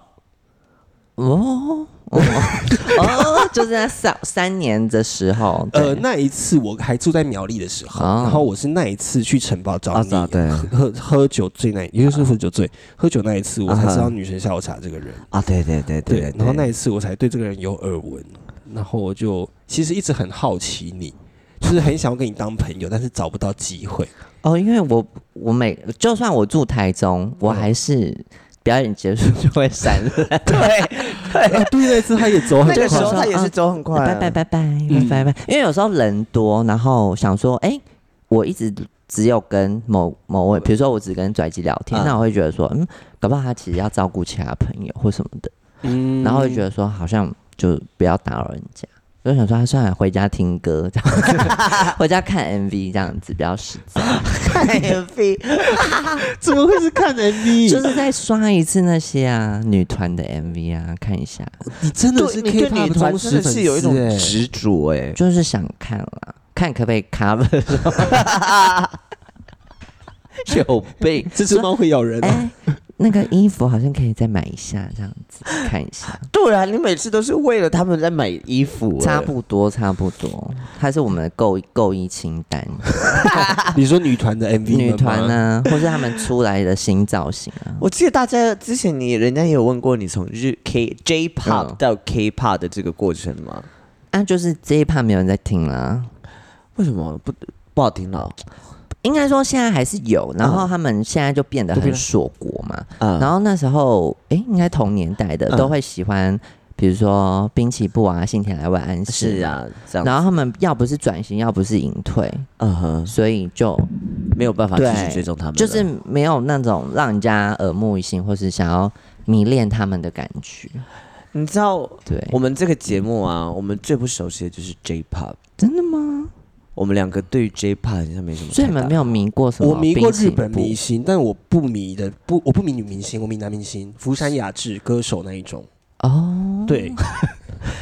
D: 哦哦，就是在三三年的时候，
A: 呃
D: 对，
A: 那一次我还住在苗栗的时候，
D: 哦
A: 然后我是那一次去城堡找
B: 啊
A: 你。
B: 咋对
A: 喝喝酒醉那，也就是喝酒醉，喝酒那一次，我才知道女神下午茶这个人。
B: 啊，对对对
A: 对，
B: 对，
A: 然后那一次我才对这个人有耳闻，然后我就其实一直很好奇你，就是很想要跟你当朋友，但是找不到机 会。
D: 哦，因为我我每就算我住台中，我还是表演结束就会闪人，对，
A: 啊对，那一次他也走很
B: 那个时
A: 快，
B: 候他也是走很快啊，
D: 拜拜拜嗯拜拜拜拜，因为有时候人多，然后想说，哎、我一直只有跟某某位，比如说我只跟拽机聊天，
B: 嗯
D: 那我会觉得说，嗯，搞不好他其实要照顾其他朋友或什么的，
A: 嗯
D: 然后会觉得说，好像就不要打扰人家。就想说，他算了，回家听歌这样 子，回家看 MV 这样子比较实在。
B: 看 MV，
A: 怎么会是看 MV？
D: 就是再刷一次那些啊女团的 MV 啊，看一下，
A: 你真的是
B: 对，你对
A: K-pop
B: 女
A: 的
B: 团
A: 忠
B: 真
A: 实
B: 的
A: 粉
B: 是有一种
A: 丝欸
B: 执着哎，
D: 就是想看啦，看可不可以 cover
B: 有病。
A: 这只猫会咬人
D: 哎、
A: 啊。
D: 那个衣服好像可以再买一下，这样子看一下，
B: 对啊，你每次都是为了他们在买衣服欸，
D: 差不多差不多，它是我们的购购衣清单，
B: 哎
A: 你说女团的 MV
D: 女
A: 们吗
D: 团？啊，或是他们出来的新造型啊，
B: 我记得大家之前你人家也有问过你从日 K J pop
D: 嗯
B: 到 K pop 的这个过程吗？
D: 啊，就是这一趴没有人在听啊啦。
B: 为什么不不好听哦了？
D: 应该说现在还是有，然
B: 嗯
D: 后他们现在就变得
A: 就变
D: 很
A: 得
D: 锁国嘛，
B: 啊
D: 然后那时候，诶，应该同年代的、
B: 嗯
D: 都会喜欢，比如说滨崎步啊、幸田来未安室
B: 是。啊，这样子，
D: 然后他们要不是转型，要不是隐退，
B: 嗯哼，
D: 所以就
B: 没有办法继
D: 对
B: 续追踪他们了，
D: 就是没有那种让人家耳目一新，或是想要迷恋他们的感觉。
B: 你知道
D: 对，
B: 我们这个节目啊，我们最不熟悉的就是 J pop，
D: 真的吗？
B: 我们两个对于 J pop 好像没什么太大，
D: 所以你们没有迷过什么？
A: 我迷过日本明，星，但我不迷的不，我不迷女明星，我迷男明星，福山雅治歌手那一种。
D: 哦，
A: 对，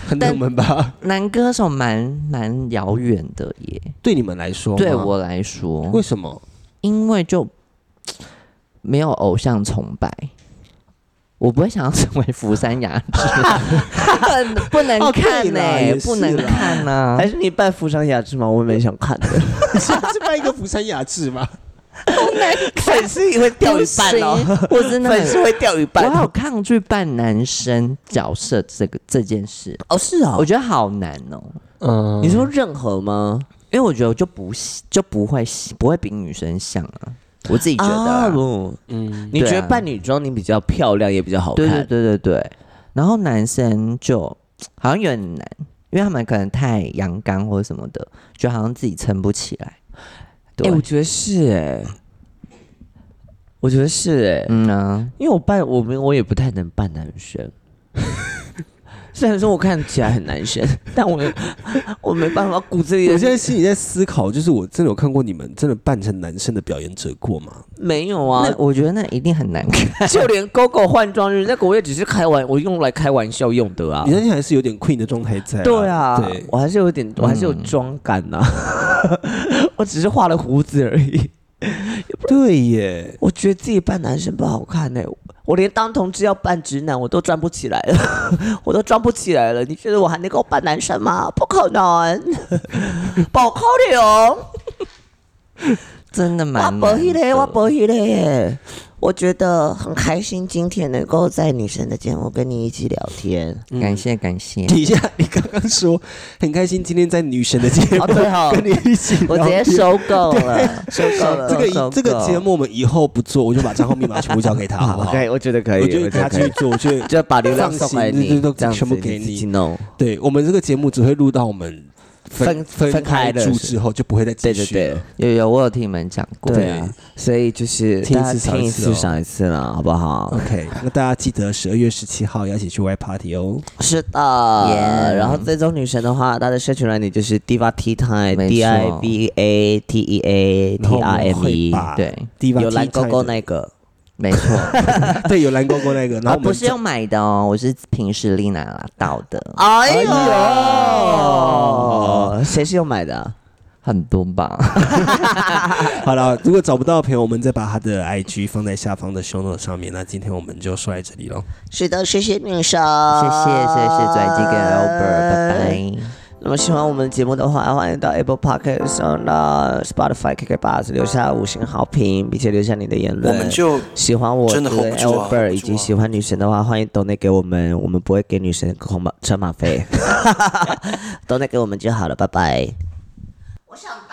A: 很
D: 但
A: 冷门吧？
D: 男歌手蛮蛮遥远的耶。
A: 对你们来说吗，
D: 对我来说，
A: 为什么？
D: 因为就没有偶像崇拜，我不会想要成为福山雅治，不能
A: 哦
D: 看
A: 对
D: 呢、
A: 啦也是
D: 不能
A: 啦
D: 看 啊呐、
B: 还是你扮福山雅治吗？我也没想 看的，
A: 你是啊是扮一个福山雅治吗？
B: 粉丝也会掉一半哦，
D: 不行，我真的
B: 粉丝
D: 很。
B: 会掉一
D: 我
B: 半。
D: 好抗拒扮男生角色这个这件事，
B: 哦，是啊
D: 我觉得好难哦，
A: 嗯
B: 你说任何吗？
D: 因为我觉得我就不喜就不会喜不会比女生像啊，我自己觉得啊、
A: 哦
B: 啊不，
A: 嗯，
B: 你觉
D: 对
B: 得
D: 啊
B: 扮女装你比较漂亮，也比较好看？
D: 对对对对对。然后男生就好像有点难，因为他们可能太阳刚或者什么的，就好像自己撑不起来。对，
B: 哎、我觉得是哎、我觉得是哎、
D: 嗯啊，
B: 因为我扮我们我也不太能扮男 生，虽然说我看起来很男生，但我我没办法骨子里
A: 我现在
B: 的
A: 心里在思考，就是我真的有看过你们真的扮成男生的表演者过吗？
B: 没有啊
D: 那，我觉得那一定很难看。
B: 就连 GoGo 换装日那个我也只是开玩，我用来开玩笑用的啊
A: 你。那天还是有点 Queen 的状态在。
B: 对嗯啊，
A: 对，
B: 我还是有点，我还是有妆感呐、 我只是画了胡子而已。
A: 对耶。
B: 我觉得自己扮男生不好看呢、我连当同志要扮直男我都装不起来了， 我都装不起来了。你觉得我还能够扮男生吗？不可能， 不可能！
D: 真的
B: 我
D: 蛮难
B: 不
D: 的
B: 会嘞，我不会嘞耶！我觉得很开心，今天能够在女神的节目跟你一起聊 天。
D: 感谢感谢，
A: 等一下，你刚刚说很开心今天在女神的节目
B: 哦对哦
A: 跟你一起聊
B: 我
A: 天，
B: 直接收购了，收购了。
A: 这个以这个节目我们以后不做，我就把账号密码全部交给 他，好不好？
B: 可以， 我觉得可以，
A: 我觉得他
B: 可以
A: 去，做，我觉得
B: 就把流量
A: 放心
B: 送
A: 对
B: 给
A: 对
B: 你
A: 对，
B: 这样
A: 全部
B: 子
A: 给
B: 你自
A: 你
B: 己弄。
A: 对我们这个节目只会录到我们分
B: 分分开的
A: 住之后就不会再继
B: 对对
A: 续
B: 对
A: 了。
D: 有有，我有听你们讲过。
B: 对啊，所以就是
A: 听一
B: 大家
A: 次少一
B: 听一
A: 次
B: 次
A: 哦嗯
B: 少一次啦，好不好？
A: OK，那大家记得十二月十七号要一起去 Y Party 哦。
B: 是的。
D: Yeah
B: 然后追踪女神的话，她的社群软体就是 Diva Tea
D: 没
B: Time
D: 错
B: D I V A T E A
A: 然后
B: T
A: 我
B: R
A: 们
B: M
A: 会
B: E，
A: 把
D: 对，
A: 地方
B: 有蓝勾勾那个。
D: 没错，
A: 对有蓝勾勾 那个， 然后
D: 啊
A: 我们
D: 不是用买的哦，我是凭实力拿到 的，
B: 哎呦，谁是用买的啊？
D: 很多吧？
A: 好了，如果找不到的朋友，我们再把他的 IG 放在下方的 show note 上面。那今天我们就说在这里喽，
B: 是的，谢谢女神，
D: 谢谢谢谢拽鸡跟 Albert，拜拜。
B: 那么喜欢我们节目的话，欢迎到 Apple Podcast 上的 Spotify、KK Bus 留下五星好评，并且留下你的言
C: 我
B: 论。
C: 们就
B: 喜欢我
C: 真的 hold 不住啊
B: Albert、
C: hold 不住啊
B: 以及喜欢女神的话，欢迎抖内给我们，我们不会给女神红马车马费，抖内给我们就好了，拜拜。
E: 我想到